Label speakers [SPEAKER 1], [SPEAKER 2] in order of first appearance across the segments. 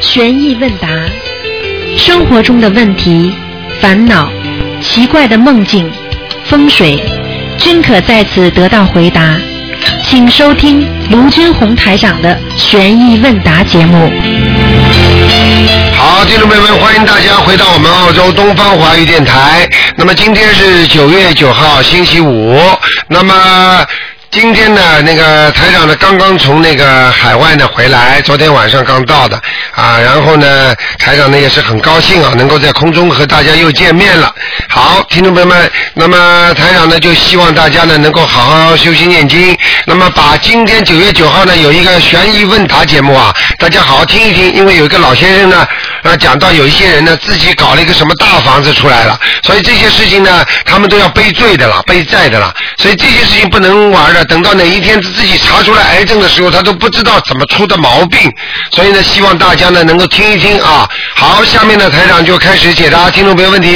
[SPEAKER 1] 悬疑问答，生活中的问题、烦恼、奇怪的梦境、风水，均可在此得到回答。请收听卢军红台长的悬疑问答节目。
[SPEAKER 2] 好，听众朋友们，欢迎大家回到我们澳洲东方华语电台。那么今天是九月九号，星期五。那么今天呢，那个台长呢刚刚从那个海外呢回来，昨天晚上刚到的啊。然后呢，台长呢也是很高兴啊，能够在空中和大家又见面了。好，听众朋友们，那么台长呢就希望大家呢能够好好修心念经。那么把今天九月九号呢有一个悬疑问答节目啊，大家好好听一听，因为有一个老先生呢，呃讲到有一些人呢自己搞了一个什么大房子出来了，所以这些事情呢他们都要背罪的啦，背债的啦，所以这些事情不能玩的，等到哪一天自己查出来癌症的时候，他都不知道怎么出的毛病，所以呢希望大家呢能够听一听啊。好，下面呢台长就开始解答听众朋友问题。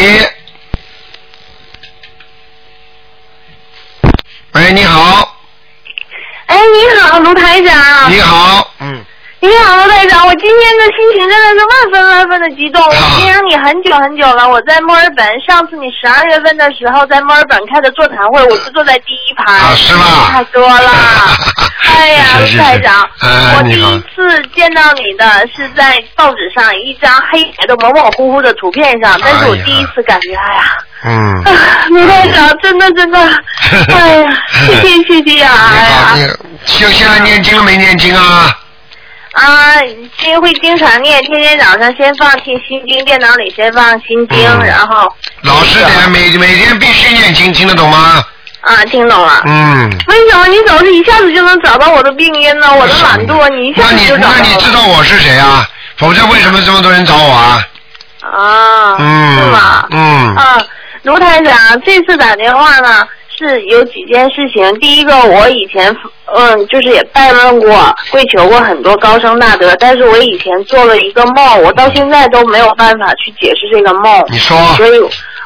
[SPEAKER 2] 喂，你好。
[SPEAKER 3] 哎，你好，卢台长。
[SPEAKER 2] 你好，嗯，
[SPEAKER 3] 你好，卢台长，我今天的心情真的是万分万分的激
[SPEAKER 2] 啊
[SPEAKER 3] 动。我盯上你很久很久了，我在墨尔本，上次你十二月份的时候在墨尔本开的座谈会，我是坐在第一排，
[SPEAKER 2] 啊是吗
[SPEAKER 3] 太 多了。哎呀，
[SPEAKER 2] 是是
[SPEAKER 3] 卢
[SPEAKER 2] 是
[SPEAKER 3] 台长，
[SPEAKER 2] 哎
[SPEAKER 3] 我第
[SPEAKER 2] 你好
[SPEAKER 3] 一次见到你的是在报纸上一张黑白的模模糊糊的图片上，但是我
[SPEAKER 2] 哎呀
[SPEAKER 3] 第一次感觉，哎呀，
[SPEAKER 2] 嗯，
[SPEAKER 3] 啊 卢台长，真的 真的，哎呀，谢谢谢谢呀，
[SPEAKER 2] 你
[SPEAKER 3] 哎呀
[SPEAKER 2] 好，。你就现在念经了没念经啊？
[SPEAKER 3] 啊，经会经常念，天天早上先放心心经，电脑里先放心经，
[SPEAKER 2] 嗯
[SPEAKER 3] 然后
[SPEAKER 2] 老实点，每每天必须念经，听得懂吗？
[SPEAKER 3] 啊，听懂了。
[SPEAKER 2] 嗯。
[SPEAKER 3] 为什么你总是一下子就能找到我的病因呢？我的懒惰，你一下
[SPEAKER 2] 那
[SPEAKER 3] 子
[SPEAKER 2] 你
[SPEAKER 3] 就找到
[SPEAKER 2] 那你知
[SPEAKER 3] 了
[SPEAKER 2] 道我是谁啊？否则为什么这么多人找我啊？
[SPEAKER 3] 啊？
[SPEAKER 2] 嗯，
[SPEAKER 3] 是吗？
[SPEAKER 2] 嗯，
[SPEAKER 3] 啊，卢台长，这次打电话呢是有几件事情。第一个，我以前嗯，就是也拜问过、跪求过很多高僧大德，但是我以前做了一个梦，我到现在都没有办法去解释这个梦。
[SPEAKER 2] 你说
[SPEAKER 3] 所以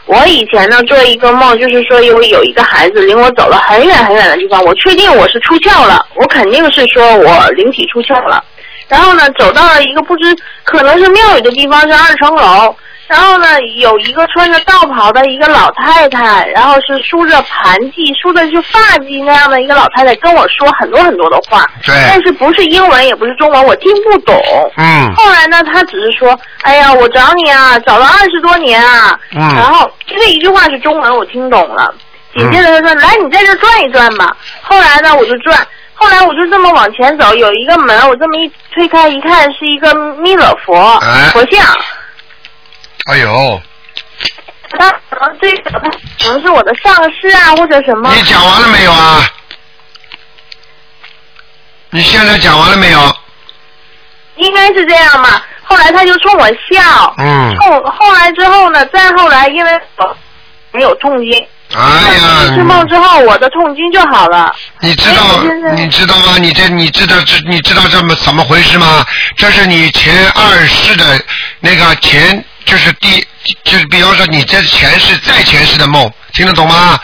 [SPEAKER 3] 我以前呢做一个梦，就是说有有一个孩子领我走了很远很远的地方，我确定我是出窍了，我肯定是说我灵体出窍了。然后呢，走到了一个不知可能是庙宇的地方，是二层楼。然后呢，有一个穿着道袍的一个老太太，然后是梳着盘髻、梳着就发髻那样的一个老太太，跟我说很多很多的话，但
[SPEAKER 2] 对，
[SPEAKER 3] 是不是英文也不是中文，我听不懂。
[SPEAKER 2] 嗯，
[SPEAKER 3] 后来呢，他只是说，哎呀，我找你啊，找了二十多年啊。
[SPEAKER 2] 嗯
[SPEAKER 3] 然后就这一句话是中文，我听懂了。紧接着他说，来，你在这儿转一转吧。后来呢，我就转。后来我就这么往前走，有一个门，我这么一推开一看，是一个弥勒佛、
[SPEAKER 2] 哎
[SPEAKER 3] 佛像。
[SPEAKER 2] 哎呦，
[SPEAKER 3] 他可能这个他可能是我的上师啊，或者什么。
[SPEAKER 2] 你讲完了没有啊？你现在讲完了没有？
[SPEAKER 3] 应该是这样吧。后来他就冲我笑，
[SPEAKER 2] 嗯，
[SPEAKER 3] 冲后来之后呢，再后来因为我没有痛经，
[SPEAKER 2] 哎呀，
[SPEAKER 3] 吃梦之后我的痛经就好了。
[SPEAKER 2] 你知道
[SPEAKER 3] 哎我现在
[SPEAKER 2] 你知道吗？你这你知道这你知道这么怎么回事吗？这是你前二世的那个前，就是第就是比方说你这前世再前世的梦，听得懂吗？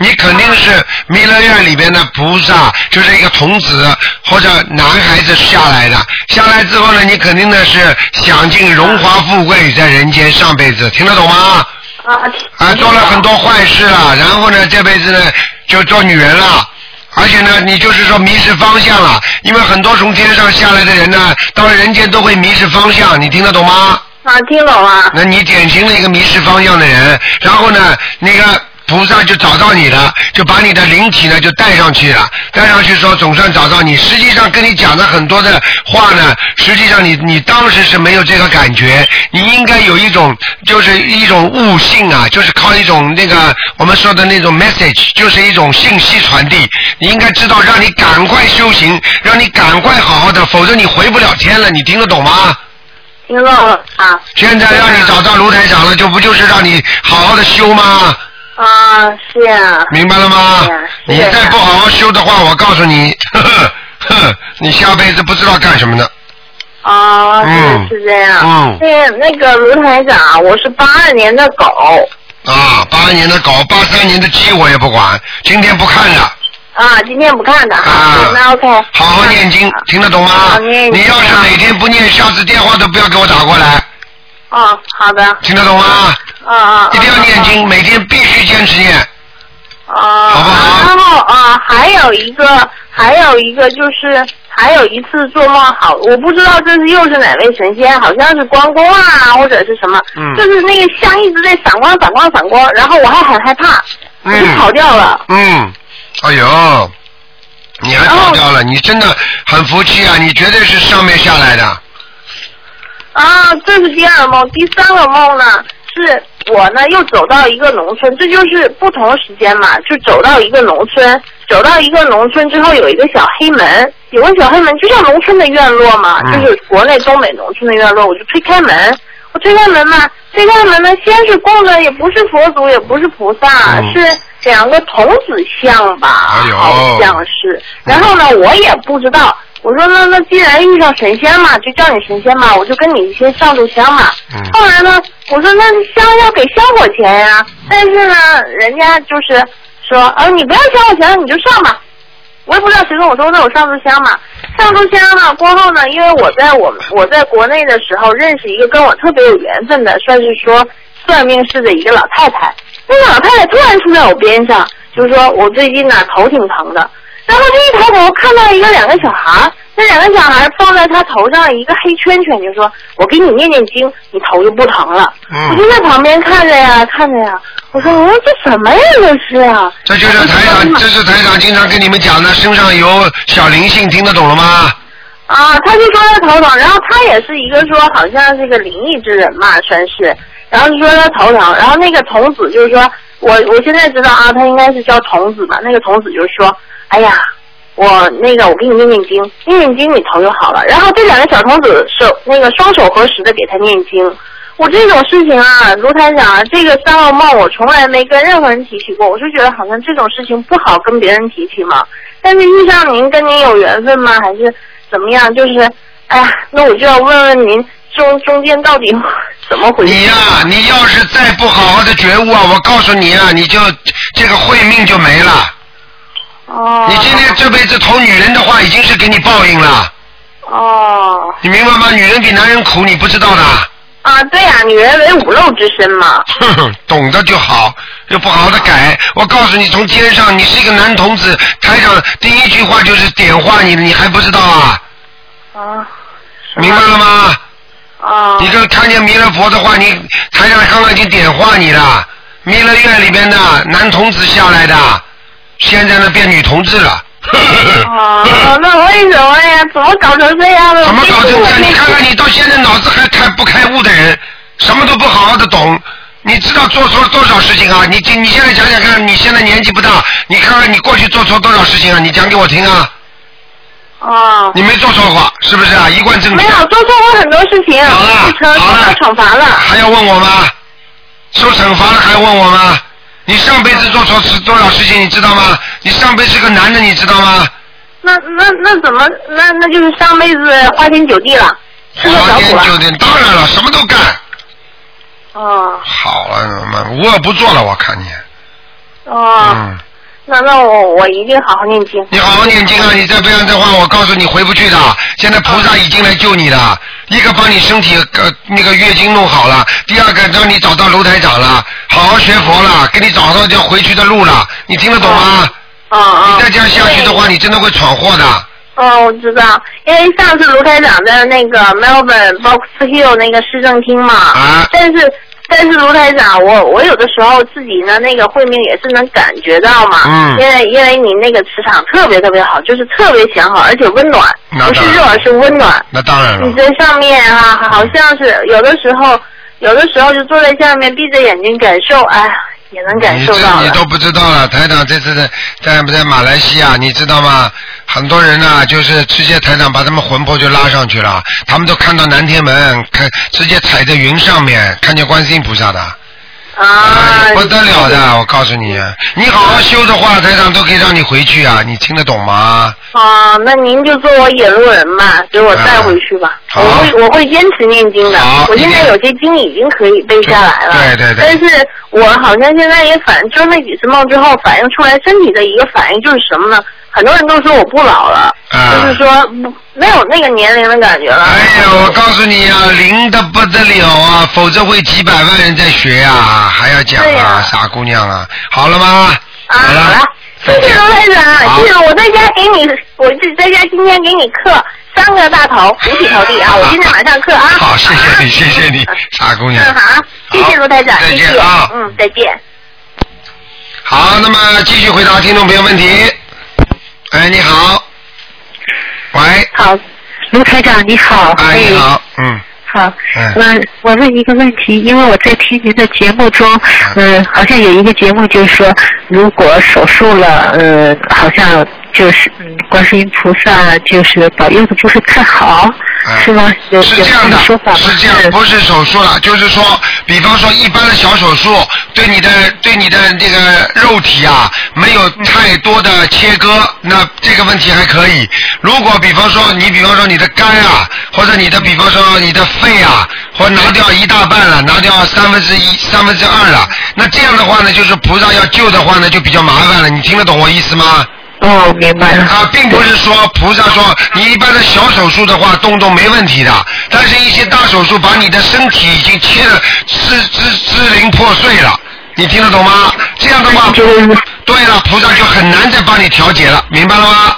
[SPEAKER 2] 你肯定是弥勒院里边的菩萨，就是一个童子或者男孩子下来的。下来之后呢，你肯定呢是享尽荣华富贵在人间上辈子，听得懂吗？
[SPEAKER 3] 啊
[SPEAKER 2] 啊，做了很多坏事了，然后呢，这辈子呢就做女人了，而且呢，你就是说迷失方向了，因为很多从天上下来的人呢，到了人间都会迷失方向，你听得懂吗？
[SPEAKER 3] 啊，听懂了。
[SPEAKER 2] 那你典型的一个迷失方向的人，然后呢，那个菩萨就找到你了，就把你的灵体呢就带上去了，带上去说总算找到你。实际上跟你讲的很多的话呢，实际上你你当时是没有这个感觉，你应该有一种就是一种悟性啊，就是靠一种那个我们说的那种 message，就是一种信息传递。你应该知道，让你赶快修行，让你赶快好好的，否则你回不了天了。你听得懂吗？
[SPEAKER 3] 听懂了啊
[SPEAKER 2] 现在让你找到卢台长了，就不就是让你好好的修吗？
[SPEAKER 3] 啊，是呀、
[SPEAKER 2] 明白了吗
[SPEAKER 3] 哎对
[SPEAKER 2] 你
[SPEAKER 3] 呀？是的
[SPEAKER 2] 再不好好修的话，我告诉你， 呵呵呵你下辈子不知道干什么的。
[SPEAKER 3] 啊，
[SPEAKER 2] 嗯
[SPEAKER 3] 是是这样。
[SPEAKER 2] 嗯
[SPEAKER 3] 对，那个卢台长，啊我是八二年的狗。
[SPEAKER 2] 啊，八二年的狗，八三年的鸡我也不管，今天不看了。
[SPEAKER 3] 啊，今天不看的
[SPEAKER 2] 啊
[SPEAKER 3] 那 OK。
[SPEAKER 2] 好好念经，听得懂吗
[SPEAKER 3] 好？念经
[SPEAKER 2] 你要是每天不念，下次电话都不要给我打过来，
[SPEAKER 3] 哦，好的。
[SPEAKER 2] 听得懂吗？
[SPEAKER 3] 啊啊。
[SPEAKER 2] 一定要念经，每天必须坚持念。
[SPEAKER 3] 啊，
[SPEAKER 2] 好不好
[SPEAKER 3] 然后啊，还有一个，还有一个就是，还有一次做梦好，我不知道这是又是哪位神仙，好像是关公啊，或者是什么，
[SPEAKER 2] 嗯
[SPEAKER 3] 就是那个香一直在闪光、闪光、闪光，然后我还很害怕，我就跑
[SPEAKER 2] 嗯
[SPEAKER 3] 掉了。
[SPEAKER 2] 嗯，哎呦，你还
[SPEAKER 3] 哦
[SPEAKER 2] 跑掉了，你真的很福气啊！你绝对是上面下来的。
[SPEAKER 3] 啊，这是第二个梦，第三个梦呢是我呢又走到一个农村，这就是不同时间嘛，就走到一个农村，走到一个农村之后有一个小黑门，有个小黑门就像农村的院落嘛，
[SPEAKER 2] 嗯
[SPEAKER 3] 就是国内东北农村的院落，我就推开门。我推开门嘛，推开门呢，先是供的也不是佛祖，也不是菩萨，
[SPEAKER 2] 嗯
[SPEAKER 3] 是两个童子像吧，
[SPEAKER 2] 哎呦
[SPEAKER 3] 好像是。然后呢，我也不知道，我说那那既然遇上神仙嘛，就叫你神仙嘛，我就跟你先上炷香嘛。
[SPEAKER 2] 嗯
[SPEAKER 3] 后来呢，我说那香要给香火钱呀、但是呢，人家就是说，啊，你不要香火钱，你就上吧。我也不知道谁跟我说那我上炷香嘛，上炷香呢过后呢，因为我在我们我在国内的时候认识一个跟我特别有缘分的，算是说算命师的一个老太太，那个老太太突然出在我边上，就说我最近呢头挺疼的，然后这一抬头看到一个两个小孩儿，那两个小孩儿放在他头上一个黑圈圈，就说我给你念念经，你头就不疼了。我
[SPEAKER 2] 嗯
[SPEAKER 3] 就，在旁边看着呀看着呀，我说嗯这什么呀这是啊，
[SPEAKER 2] 这就是台长，这是台长经常跟你们讲的，身上有小灵性，听得懂了吗？
[SPEAKER 3] 啊，他就说他头疼，然后他也是一个说好像是一个灵异之人嘛，算是，然后就说他头疼，然后那个童子就是说我我现在知道啊，他应该是叫童子吧，那个童子就说，哎呀，我那个我给你念念经，念念经你头就好了，然后这两个小童子手那个双手合十的给他念经。我这种事情啊，卢台长啊，这个三号梦我从来没跟任何人提起过，我是觉得好像这种事情不好跟别人提起嘛。但是遇上您，跟您有缘分吗？还是怎么样？就是，哎呀，那我就要问问您，中中间到底怎么回事？
[SPEAKER 2] 你呀、你要是再不好好的觉悟啊，我告诉你啊，你就这个慧命就没了。
[SPEAKER 3] 哦，
[SPEAKER 2] 你今天这辈子投女人的话，已经是给你报应了，
[SPEAKER 3] 哦
[SPEAKER 2] 你明白吗？女人比男人苦，你不知道的。
[SPEAKER 3] 啊，对呀、女人为五漏之身嘛。
[SPEAKER 2] 哼哼，懂得就好，又不好好的改。我告诉你，从天上你是一个男童子，台长第一句话就是点化你，你还不知道啊？
[SPEAKER 3] 啊，是吗
[SPEAKER 2] 明白了吗？
[SPEAKER 3] 啊，
[SPEAKER 2] 你这看见弥勒佛的话，你台长刚刚已经点化你了。弥勒院里边的男童子下来的，现在呢变女同志了。
[SPEAKER 3] 啊， 那为什么呀？怎么搞成这样了？
[SPEAKER 2] 怎么搞成这样？
[SPEAKER 3] 我
[SPEAKER 2] 你
[SPEAKER 3] 没
[SPEAKER 2] 看看你到现在脑子还开不开悟的人，什么都不好好的懂，你知道做错多少事情啊？你今你现在想想看，你现在年纪不大，你看看你过去做错多少事情啊？你讲给我听啊！
[SPEAKER 3] 啊，
[SPEAKER 2] 你没做错过，是不是啊？一贯正
[SPEAKER 3] 没
[SPEAKER 2] 直。
[SPEAKER 3] 有做错过很多事情，
[SPEAKER 2] 好了
[SPEAKER 3] 被惩
[SPEAKER 2] 好了
[SPEAKER 3] 受惩罚了。
[SPEAKER 2] 还要问我吗？受惩罚了还要问我吗？你上辈子做错事多少事情，你知道吗？你上辈子是个男的，你知道吗？
[SPEAKER 3] 那那那怎么那那就是上辈子花天酒地了，吃了
[SPEAKER 2] 花
[SPEAKER 3] 小苦
[SPEAKER 2] 天
[SPEAKER 3] 啊
[SPEAKER 2] 酒
[SPEAKER 3] 了。
[SPEAKER 2] 地，当然了，什么都干。
[SPEAKER 3] 哦
[SPEAKER 2] 好了，妈，无恶不作了，我看你。
[SPEAKER 3] 哦，
[SPEAKER 2] 嗯。
[SPEAKER 3] 那那我我一定好好念经。
[SPEAKER 2] 你好好念经啊！你再不样的话，我告诉你回不去的。现在菩萨已经来救你了，一个帮你身体呃那个月经弄好了，第二个让你找到楼台长了，好好学佛了，给你找到就回去的路了。你听得懂吗？
[SPEAKER 3] 啊啊！
[SPEAKER 2] 你再这样下去的话，你真的会闯祸的。
[SPEAKER 3] 哦，我知道，因为上次卢台长在那个 Melbourne Box Hill 那个市政厅嘛，
[SPEAKER 2] 啊
[SPEAKER 3] 但是但是卢台长，我我有的时候自己呢那个慧命也是能感觉到嘛，
[SPEAKER 2] 嗯
[SPEAKER 3] 因为因为你那个磁场特别特别好，就是特别祥和，而且温暖，
[SPEAKER 2] 那
[SPEAKER 3] 不是
[SPEAKER 2] 当然嗯
[SPEAKER 3] 热是温暖，
[SPEAKER 2] 那当然
[SPEAKER 3] 你
[SPEAKER 2] 了，
[SPEAKER 3] 在上面啊，好像是有的时候，有的时候就坐在下面，闭着眼睛感受，哎，也能感
[SPEAKER 2] 你
[SPEAKER 3] 受
[SPEAKER 2] 这
[SPEAKER 3] 到
[SPEAKER 2] 你
[SPEAKER 3] 了。啊
[SPEAKER 2] 都不知道了。台长这次在在在马来西亚，你知道吗？很多人呐、就是直接台长把他们魂魄就拉上去了，他们都看到南天门，看直接踩在云上面，看见观世音菩萨的。
[SPEAKER 3] 啊
[SPEAKER 2] 哎，不得了的，我告诉你，你好好修的话，台长都可以让你回去啊，你听得懂吗？
[SPEAKER 3] 啊，那您就做我引路人吧，给我带回去吧。
[SPEAKER 2] 啊好
[SPEAKER 3] 我会我会坚持念经的
[SPEAKER 2] 好。
[SPEAKER 3] 我现在有些经已经可以背下来了。
[SPEAKER 2] 对对对
[SPEAKER 3] 但是我好像现在也反，就那几次梦之后反映出来身体的一个反应就是什么呢？很多人都说我不老了，
[SPEAKER 2] 啊
[SPEAKER 3] 就是说不没有那个年龄的感觉了。
[SPEAKER 2] 哎呀，我告诉你啊，灵的不得了啊，否则会几百万人在学啊，还要讲
[SPEAKER 3] 嗯对
[SPEAKER 2] 啊，
[SPEAKER 3] 呀
[SPEAKER 2] 傻姑娘啊，好了吗？
[SPEAKER 3] 啊，
[SPEAKER 2] 好
[SPEAKER 3] 好
[SPEAKER 2] 了
[SPEAKER 3] 了，谢谢罗台长，
[SPEAKER 2] 好
[SPEAKER 3] 谢谢我在家给你，我自己在家今天给你刻三个大头，五体投地啊！我今天晚上刻啊。
[SPEAKER 2] 好，谢谢你，谢谢你
[SPEAKER 3] 啊，
[SPEAKER 2] 傻姑娘。
[SPEAKER 3] 嗯，好，谢谢卢台长，
[SPEAKER 2] 再
[SPEAKER 3] 谢
[SPEAKER 2] 见
[SPEAKER 3] 谢
[SPEAKER 2] 啊，
[SPEAKER 3] 嗯，再见。
[SPEAKER 2] 好，那么继续回答听众朋友问题。哎，你好，喂，
[SPEAKER 4] 好，卢台长你好。
[SPEAKER 2] 哎，你好，嗯，
[SPEAKER 4] 好，呃
[SPEAKER 2] 嗯
[SPEAKER 4] 我我问一个问题，因为我在听您的节目中，嗯，好像有一个节目就是说，如果手术了，呃，好像就是嗯，观世音菩萨就是保佑的不是太好，
[SPEAKER 2] 嗯
[SPEAKER 4] 是吗？有
[SPEAKER 2] 是这样
[SPEAKER 4] 有
[SPEAKER 2] 的
[SPEAKER 4] 说法，吗？
[SPEAKER 2] 是这样，不是手术了，就是说，比方说一般的小手术，对你的对你的这个肉体啊，没有
[SPEAKER 4] 嗯
[SPEAKER 2] 太多的切割，那这个问题还可以。如果比方说你比方说你的肝啊，或者你的比方说你的肺啊，或拿掉一大半了，拿掉三分之一、三分之二了，那这样的话呢，就是菩萨要救的话呢，就比较麻烦了。你听得懂我意思吗？
[SPEAKER 4] 哦，明白了。
[SPEAKER 2] 啊，并不是说菩萨说你一般的小手术的话动动没问题的，但是一些大手术把你的身体已经切的支支支零破碎了，你听得懂吗？这样的话，
[SPEAKER 4] 哎就是
[SPEAKER 2] 对了，菩萨就很难再帮你调节了，明白了吗？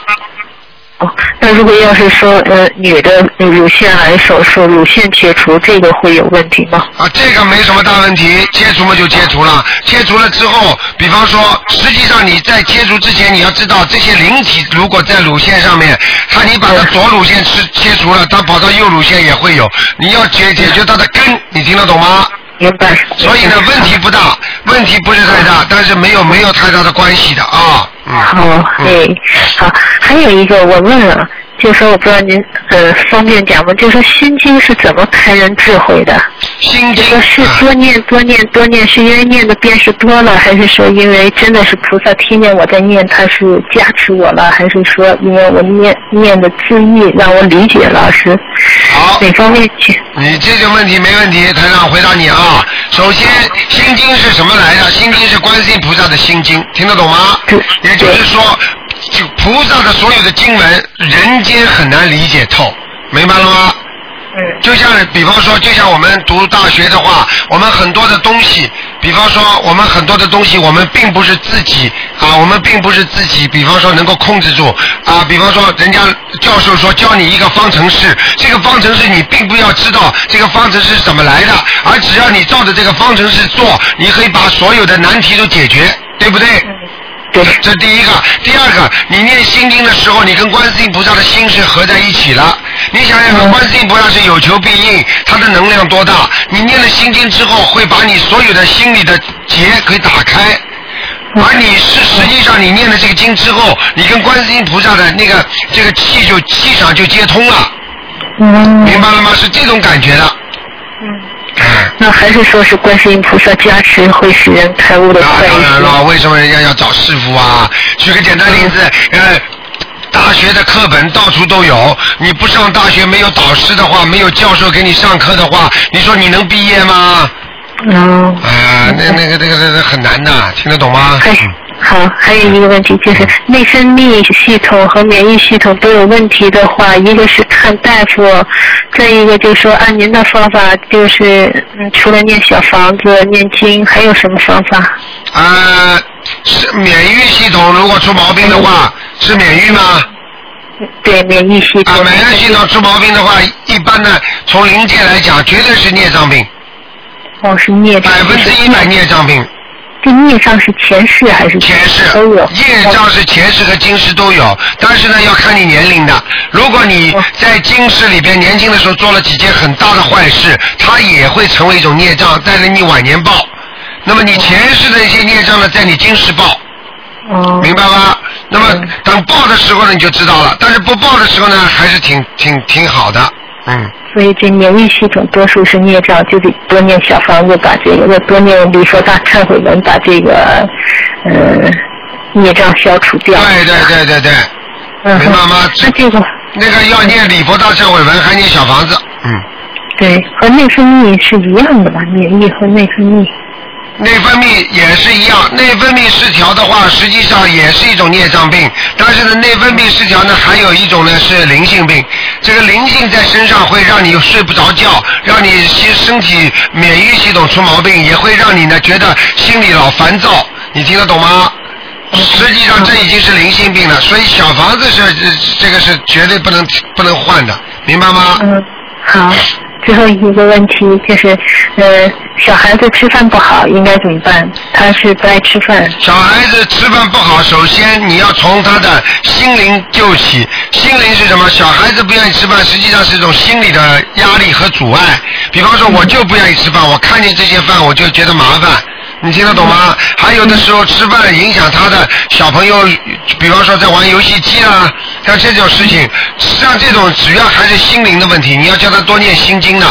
[SPEAKER 4] 哦，那如果要是说呃女的乳腺癌手术、乳腺切除，这个会有问题吗？
[SPEAKER 2] 啊，这个没什么大问题，切除嘛就切除了，切除了之后，比方说，实际上你在切除之前，你要知道这些灵体如果在乳腺上面，它你把它左乳腺吃切除了，它跑到右乳腺也会有，你要解解决它的根，你听得懂吗？
[SPEAKER 4] 明白。
[SPEAKER 2] 所以呢，问题不大，问题不是太大，但是没有没有太大的关系的啊。嗯
[SPEAKER 4] 好，哎，好，还有一个我问了，就说我不知道您呃方便讲吗？就说心经是怎么开人智慧的？
[SPEAKER 2] 心
[SPEAKER 4] 就
[SPEAKER 2] 经
[SPEAKER 4] 说是
[SPEAKER 2] 啊
[SPEAKER 4] 多念多念多念，是因为念的遍数多了，还是说因为真的是菩萨听见我在念，他是加持我了，还是说因为我念念的字意让我理解了，是
[SPEAKER 2] 好
[SPEAKER 4] 哪方面去？
[SPEAKER 2] 你哎这个问题没问题，台长回答你啊。首先，心经是什么来的？心经是观世音菩萨的心经，听得懂吗
[SPEAKER 4] 对？
[SPEAKER 2] 也就是说，就菩萨的所有的经文，人间很难理解透，明白了吗？
[SPEAKER 4] 嗯
[SPEAKER 2] 就像比方说，就像我们读大学的话，我们很多的东西，比方说我们很多的东西，我们并不是自己啊，我们并不是自己，比方说能够控制住啊，比方说人家教授说教你一个方程式，这个方程式你并不要知道这个方程式是怎么来的，而只要你照着这个方程式做，你可以把所有的难题都解决，对不对？
[SPEAKER 4] 对，
[SPEAKER 2] 这第一个，第二个，你念心经的时候，你跟观世音菩萨的心是合在一起了。你想想看，
[SPEAKER 4] 嗯
[SPEAKER 2] 观世音菩萨是有求必应，他的能量多大？你念了心经之后，会把你所有的心里的结给打开。
[SPEAKER 4] 嗯
[SPEAKER 2] 而你是实际上你念了这个经之后，你跟观世音菩萨的那个这个气就气场就接通了，
[SPEAKER 4] 嗯
[SPEAKER 2] 明白了吗？是这种感觉的。
[SPEAKER 4] 嗯。
[SPEAKER 2] 嗯。
[SPEAKER 4] 那还是说是观世音菩萨加持会使人开悟的
[SPEAKER 2] 那
[SPEAKER 4] 快
[SPEAKER 2] 当
[SPEAKER 4] 一
[SPEAKER 2] 然
[SPEAKER 4] 些？
[SPEAKER 2] 了，为什么人家要找师傅啊？举个简单例子，呃。大学的课本到处都有，你不上大学没有导师的话，没有教授给你上课的话，你说你能毕业吗？
[SPEAKER 4] 嗯
[SPEAKER 2] 啊、那那个那个那个很难的，听得懂吗？
[SPEAKER 4] 还哎好，还有一个问题就是
[SPEAKER 2] 嗯
[SPEAKER 4] 内分泌系统和免疫系统都有问题的话，一个是看大夫，再一个就是说按您的方法，就是嗯，除了念小房子、念经，还有什么方法？
[SPEAKER 2] 呃，是免疫系统如果出毛病的话，是免疫吗？
[SPEAKER 4] 对，免疫系
[SPEAKER 2] 啊
[SPEAKER 4] 统。，
[SPEAKER 2] 免疫系统出毛病的话，一般的从临界来讲，绝对是孽障病，
[SPEAKER 4] 哦，是孽障
[SPEAKER 2] 百，分之一百孽障病。
[SPEAKER 4] 这孽障是前世还是
[SPEAKER 2] 前世
[SPEAKER 4] 都有？嗯
[SPEAKER 2] 业障是前世和今世都有，但是呢要看你年龄的。如果你在今世里边年轻的时候做了几件很大的坏事，它也会成为一种孽障，带着你晚年报。那么你
[SPEAKER 4] 嗯
[SPEAKER 2] 前世的一些孽障呢，在你今世报，
[SPEAKER 4] 哦，
[SPEAKER 2] 明白吗？那么
[SPEAKER 4] 嗯
[SPEAKER 2] 等报的时候呢，你就知道了。但是不报的时候呢，还是挺挺挺好的。
[SPEAKER 5] 哎，
[SPEAKER 4] 所以这免疫系统多数是孽障，就得多念小房子，把这个要多念礼佛大忏悔文，把这个呃孽障消除掉。
[SPEAKER 2] 对对对对对，
[SPEAKER 4] 嗯
[SPEAKER 2] 明
[SPEAKER 4] 哼，
[SPEAKER 2] 白吗？
[SPEAKER 4] 那这个
[SPEAKER 2] 那个要念礼佛大忏悔文，还念小房子，
[SPEAKER 5] 嗯，
[SPEAKER 4] 对和内分泌是一样的吧？免疫和内分泌。
[SPEAKER 2] 内分泌也是一样。内分泌失调的话，实际上也是一种孽障病，但是呢，内分泌失调呢，还有一种呢是灵性病。这个灵性在身上会让你睡不着觉，让你身身体免疫系统出毛病，也会让你呢觉得心里老烦躁。你听得懂吗？实际上这已经是灵性病了，所以小房子是这这个是绝对不能不能换的，明白吗？
[SPEAKER 4] 嗯，好。最后一个问题就是，呃，小孩子吃饭不好应该怎么办？他是不爱吃饭，
[SPEAKER 2] 小孩子吃饭不好，首先你要从他的心灵救起。心灵是什么？小孩子不愿意吃饭，实际上是一种心理的压力和阻碍。比方说，我就不愿意吃饭，我看见这些饭我就觉得麻烦。你听得懂吗？还有的时候吃饭影响他的小朋友，比方说在玩游戏机啦，像这种事情，像这种主要还是心灵的问题，你要叫他多念心经的。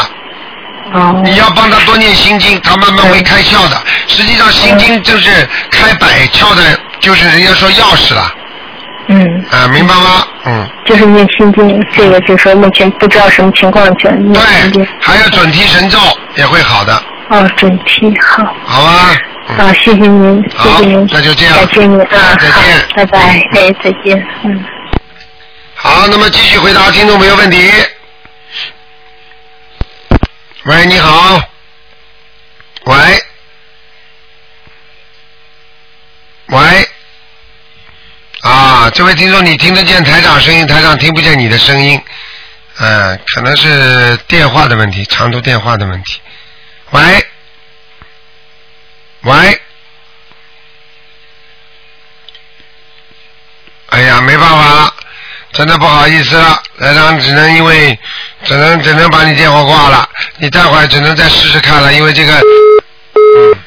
[SPEAKER 4] 哦，
[SPEAKER 2] 你要帮他多念心经，他慢慢会开窍的。实际上，心经就是开百窍的，就是人家说钥匙了
[SPEAKER 4] 嗯，
[SPEAKER 2] 啊，明白吗？嗯，
[SPEAKER 4] 就是念心经，这个就是说目前不知道什么情况就念心经
[SPEAKER 2] 对，，还有准提神咒也会好的，
[SPEAKER 4] 哦，准提好，
[SPEAKER 2] 好吧？嗯，
[SPEAKER 4] 啊，谢谢您，谢
[SPEAKER 2] 好
[SPEAKER 4] 谢您，
[SPEAKER 2] 那就这样
[SPEAKER 4] 感谢您啊，
[SPEAKER 2] 再见
[SPEAKER 4] 好，拜拜，哎，再见，嗯。
[SPEAKER 2] 好，那么继续回答听众朋友问题。喂，你好。喂。喂。啊，这位听众，你听得见台长声音，台长听不见你的声音。嗯，可能是电话的问题，长途电话的问题。喂。喂。哎呀，没办法，真的不好意思了，台长只能因为，只能只能把你电话挂了，你待会儿只能再试试看了，因为这个。嗯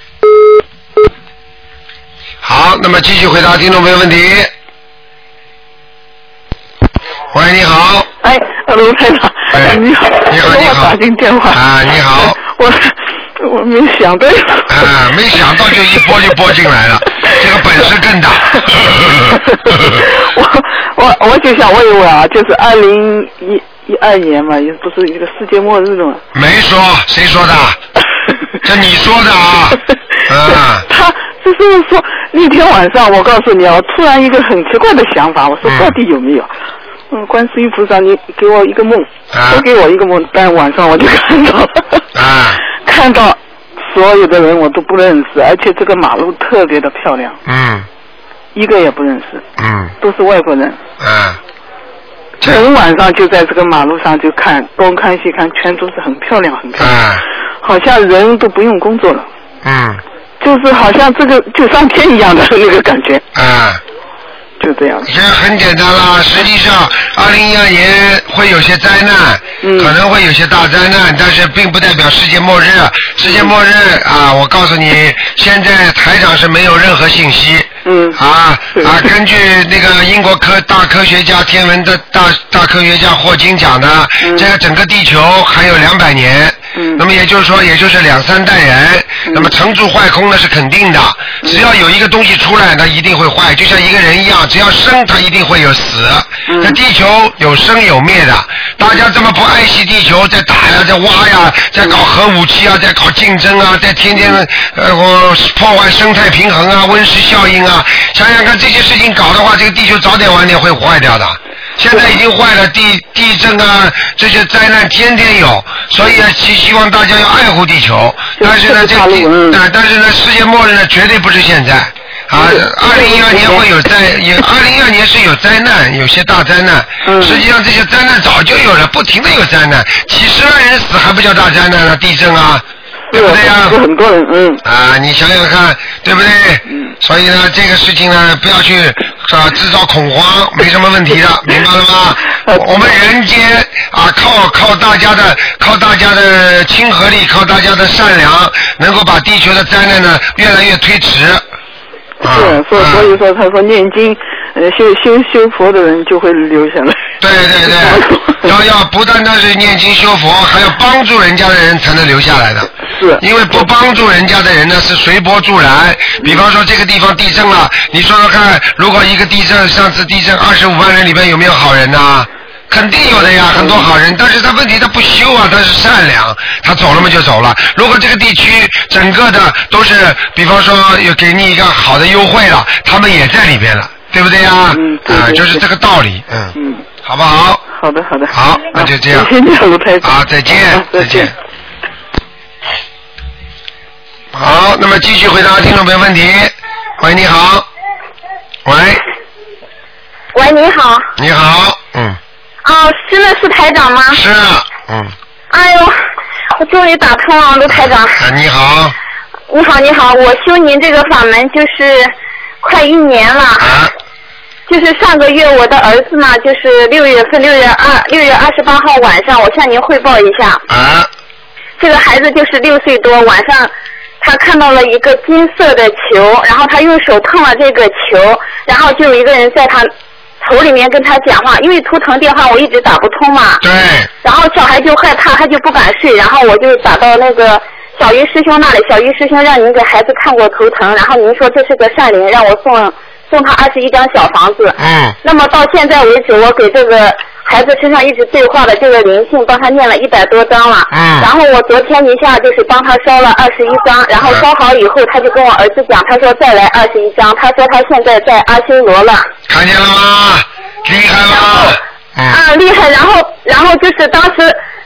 [SPEAKER 2] 好，那么继续回答听众朋友问题。喂，你好。
[SPEAKER 6] 哎，
[SPEAKER 4] 呃
[SPEAKER 6] 卢台长，
[SPEAKER 2] 哎
[SPEAKER 6] 你好，
[SPEAKER 2] 你好
[SPEAKER 6] 我
[SPEAKER 2] 你好
[SPEAKER 6] 打进电话
[SPEAKER 2] 啊你好，
[SPEAKER 6] 我我没想到，
[SPEAKER 2] 啊，没想到就一拨就 拨进 来了，这个本事更大。
[SPEAKER 6] 我我我就想问一问啊，就是二零一一二年嘛，也不是这个世界末日 了嘛，？
[SPEAKER 2] 没说，谁说的？这你说的啊 啊。
[SPEAKER 6] 他就是说那天晚上，我告诉你啊，我突然一个很奇怪的想法，我说
[SPEAKER 2] 嗯
[SPEAKER 6] 到底有没有？嗯，观世音菩萨，你给我一个梦，
[SPEAKER 2] 啊
[SPEAKER 6] 多给我一个梦，但晚上我就看到了，
[SPEAKER 2] 啊，
[SPEAKER 6] 看到所有的人我都不认识，而且这个马路特别的漂亮，
[SPEAKER 2] 嗯
[SPEAKER 6] 一个也不认识，
[SPEAKER 2] 嗯
[SPEAKER 6] 都是外国人。
[SPEAKER 2] 啊，这
[SPEAKER 6] 整晚上就在这个马路上就看东看西看，全都是很漂亮，很漂亮，
[SPEAKER 2] 啊
[SPEAKER 6] 好像人都不用工作了，
[SPEAKER 2] 嗯
[SPEAKER 6] 就是好像这个就上天一样的 那个感觉，
[SPEAKER 2] 啊，
[SPEAKER 6] 就这样。
[SPEAKER 2] 这很简单啦。实际上，二零一二年会有些灾难，
[SPEAKER 6] 嗯
[SPEAKER 2] 可能会有些大灾难，但是并不代表世界末日。世界末日
[SPEAKER 6] 嗯
[SPEAKER 2] 啊，我告诉你，现在台长是没有任何信息。
[SPEAKER 6] 嗯
[SPEAKER 2] 啊
[SPEAKER 6] 对
[SPEAKER 2] 啊！根据那个英国科大科学家、天文的大大科学家霍金讲的，
[SPEAKER 6] 嗯
[SPEAKER 2] 这个整个地球还有两百年。
[SPEAKER 6] 嗯
[SPEAKER 2] 那么也就是说，也就是两三代人，那么成住坏空呢是肯定的。
[SPEAKER 6] 嗯
[SPEAKER 2] 只要有一个东西出来，它一定会坏，就像一个人一样，只要生，它一定会有死。
[SPEAKER 6] 嗯
[SPEAKER 2] 那地球有生有灭的，大家这么不爱惜地球，在打呀，在挖呀，在搞核武器啊，在搞竞争啊，在天天呃我破坏生态平衡啊，温室效应啊，想想看这些事情搞的话，这个地球早点晚点会坏掉的。现在已经坏了，地地震啊，这些灾难天天有，所以啊，希希望大家要爱护地球。
[SPEAKER 6] 就
[SPEAKER 2] 但是呢，这
[SPEAKER 6] 这个大
[SPEAKER 2] 地
[SPEAKER 6] 陆 嗯
[SPEAKER 2] 啊，但是呢，世界末日呢，绝对不是现在。啊，
[SPEAKER 6] 嗯
[SPEAKER 2] 二零一二年哎会有灾，也二零一二年是有灾难，有些大灾难。
[SPEAKER 6] 嗯
[SPEAKER 2] 实际上这些灾难早就有了，不停的有灾难，几十万人死还不叫大灾难呢、地震啊，对不对呀、
[SPEAKER 6] 是很多人，嗯，
[SPEAKER 2] 啊，你想想看，对不对？
[SPEAKER 6] 嗯
[SPEAKER 2] 所以呢，这个事情呢，不要去啊制造恐慌，没什么问 题的，明白了吗？
[SPEAKER 6] 呃
[SPEAKER 2] 我们人间啊，靠靠大家的靠大家的亲和力，靠大家的善良，能够把地球的灾难呢越来越推迟。啊
[SPEAKER 6] 是，所
[SPEAKER 2] 啊
[SPEAKER 6] 所以说他说念经，呃，修修修佛的人就会留下来。
[SPEAKER 2] 对对对，要要不单单是念经修佛，还要帮助人家的人才能留下来的。
[SPEAKER 6] 是
[SPEAKER 2] 因为不帮助人家的人呢，是随波助澜。
[SPEAKER 6] 嗯
[SPEAKER 2] 比方说这个地方地震了，你说说看，如果一个地震，上次地震二十五万人里面有没有好人呐、肯定有的呀，
[SPEAKER 6] 嗯
[SPEAKER 2] 很多好人，但是他问题他不修啊，他是善良，他走了嘛就走了。如果这个地区整个的都是，比方说有给你一个好的优惠了，他们也在里边了，对不对呀？
[SPEAKER 6] 嗯对
[SPEAKER 2] 啊，
[SPEAKER 6] 对
[SPEAKER 2] 就是
[SPEAKER 6] 对
[SPEAKER 2] 这个道理，嗯，
[SPEAKER 6] 嗯，
[SPEAKER 2] 好不好？
[SPEAKER 6] 好的好的。嗯
[SPEAKER 2] 好那就这样
[SPEAKER 6] 谢谢卢台长。
[SPEAKER 2] 好，再见
[SPEAKER 6] 啊，
[SPEAKER 2] 再
[SPEAKER 6] 再
[SPEAKER 2] 见
[SPEAKER 6] 见。
[SPEAKER 2] 好，那么继续回答听众朋友问题。喂，你好。喂，
[SPEAKER 3] 喂，你好，
[SPEAKER 2] 你好，嗯，
[SPEAKER 3] 哦，真的是台长吗？
[SPEAKER 2] 是啊，嗯，
[SPEAKER 3] 哎呦，我终于打通了，卢台长。
[SPEAKER 2] 啊，你好，
[SPEAKER 3] 你好，你好，我修您这个法门就是快一年了，
[SPEAKER 2] 啊，
[SPEAKER 3] 就是上个月我的儿子嘛，就是六月份六月二六月二十八号晚上，我向您汇报一下，
[SPEAKER 2] 啊，
[SPEAKER 3] 这个孩子就是六岁多，晚上他看到了一个金色的球，然后他用手碰了这个球，然后就有一个人在他头里面跟他讲话，因为图腾电话我一直打不通嘛，
[SPEAKER 2] 对，
[SPEAKER 3] 然后小孩就害怕，他就不敢睡，然后我就打到那个小鱼师兄那里，小鱼师兄让您给孩子看过图腾，然后您说这是个善灵，让我送送他二十一张小房子。
[SPEAKER 2] 嗯，
[SPEAKER 3] 那么到现在为止，我给这个孩子身上一直对话的这个灵性，帮他念了一百多张了。
[SPEAKER 2] 嗯
[SPEAKER 3] 然后我昨天一下就是帮他烧了二十一张，然后烧好以后，他就跟我儿子讲，他说再来二十一张，他说他现在在阿修罗了。
[SPEAKER 2] 看见了吗？厉害吗？嗯，
[SPEAKER 3] 啊，厉害！然后，然后就是当时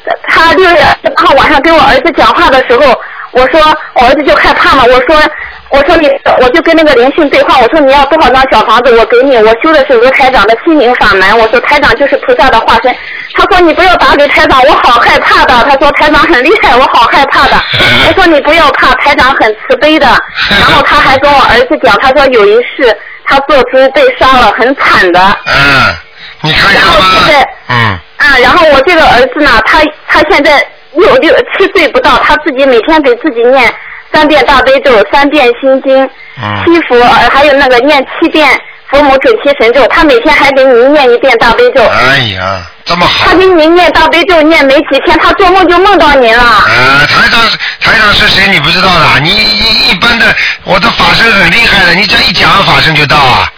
[SPEAKER 3] 呃他六月八号晚上跟我儿子讲话的时候，我说我儿子就害怕嘛，我说我说你，我就跟那个灵性对话，我说你要多少张小房子，我给你，我修的是卢台长的心灵法门，我说台长就是菩萨的化身。他说你不要打给台长，我好害怕的。他说台长很厉害，我好害怕的。我说你不要怕，台长很慈悲的。然后他还跟我儿子讲，他说有一世他做猪被杀了，很惨的。
[SPEAKER 2] 嗯，你看见了
[SPEAKER 3] 然后
[SPEAKER 2] 吗
[SPEAKER 3] 现在？
[SPEAKER 2] 嗯，
[SPEAKER 3] 啊，然后我这个儿子呢，他他现在六六七岁不到，他自己每天给自己念三遍大悲咒，三遍心经，
[SPEAKER 2] 嗯
[SPEAKER 3] 七佛，呃还有那个念七遍佛母准提神咒，他每天还给您念一遍大悲咒。
[SPEAKER 2] 哎呀，这么好
[SPEAKER 3] 他。给您念大悲咒念没几天，他做梦就梦到您了。
[SPEAKER 2] 啊，台长，台长是谁你不知道的？你一一般的，我的法身很厉害的，你这一讲法身就到啊。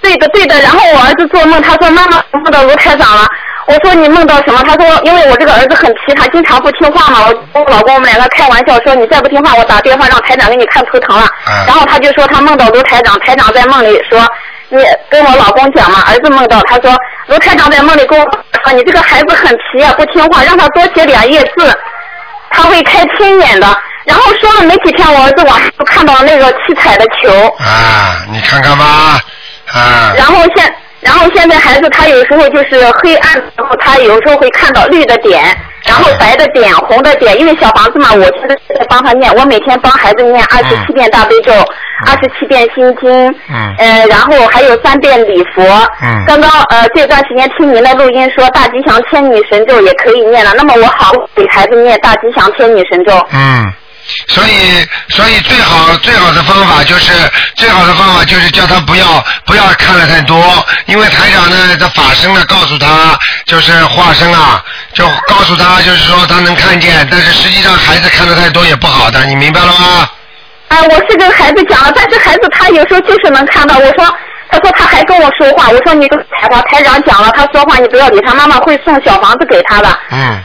[SPEAKER 3] 对的，对的。然后我儿子做梦，他说妈妈我梦到卢台长了。我说你梦到什么？他说因为我这个儿子很皮，他经常不听话嘛。我跟我老公我们两个开玩笑说，你再不听话，我打电话让台长给你看图腾了。
[SPEAKER 2] 嗯
[SPEAKER 3] 然后他就说他梦到卢台长，台长在梦里说。你跟我老公讲嘛，儿子梦到，他说卢台长在梦里跟我说，你这个孩子很皮啊，不听话，让他多写两页字。他会开天眼的。然后说了没几天，我儿子晚上就看到那个七彩的球。
[SPEAKER 2] 啊，你看看吧，啊，
[SPEAKER 3] 然后现，然后现在孩子他有时候就是黑暗的时候，他有时候会看到绿的点，然后白的点、红的点，因为小房子嘛，我现在在帮他念，我每天帮孩子念二十七遍大悲咒，二十七遍心经，
[SPEAKER 2] 嗯
[SPEAKER 3] 呃，然后还有三遍礼佛，
[SPEAKER 2] 嗯
[SPEAKER 3] 刚刚呃这段时间听您的录音说大吉祥天女神咒也可以念了，那么我好给孩子念大吉祥天女神咒，
[SPEAKER 2] 嗯，所以所以最好最好的方法就是最好的方法就是叫他不要不要看了太多，因为台长呢的法身呢告诉他就是化身啊，就告诉他就是说他能看见，但是实际上孩子看的太多也不好的，你明白了吗？
[SPEAKER 3] 哎，我是跟孩子讲了，但是孩子他有时候就是能看到。我说，他说他还跟我说话，我说你跟台长台长讲了，他说话你不要理他，妈妈会送小房子给他的。
[SPEAKER 2] 嗯，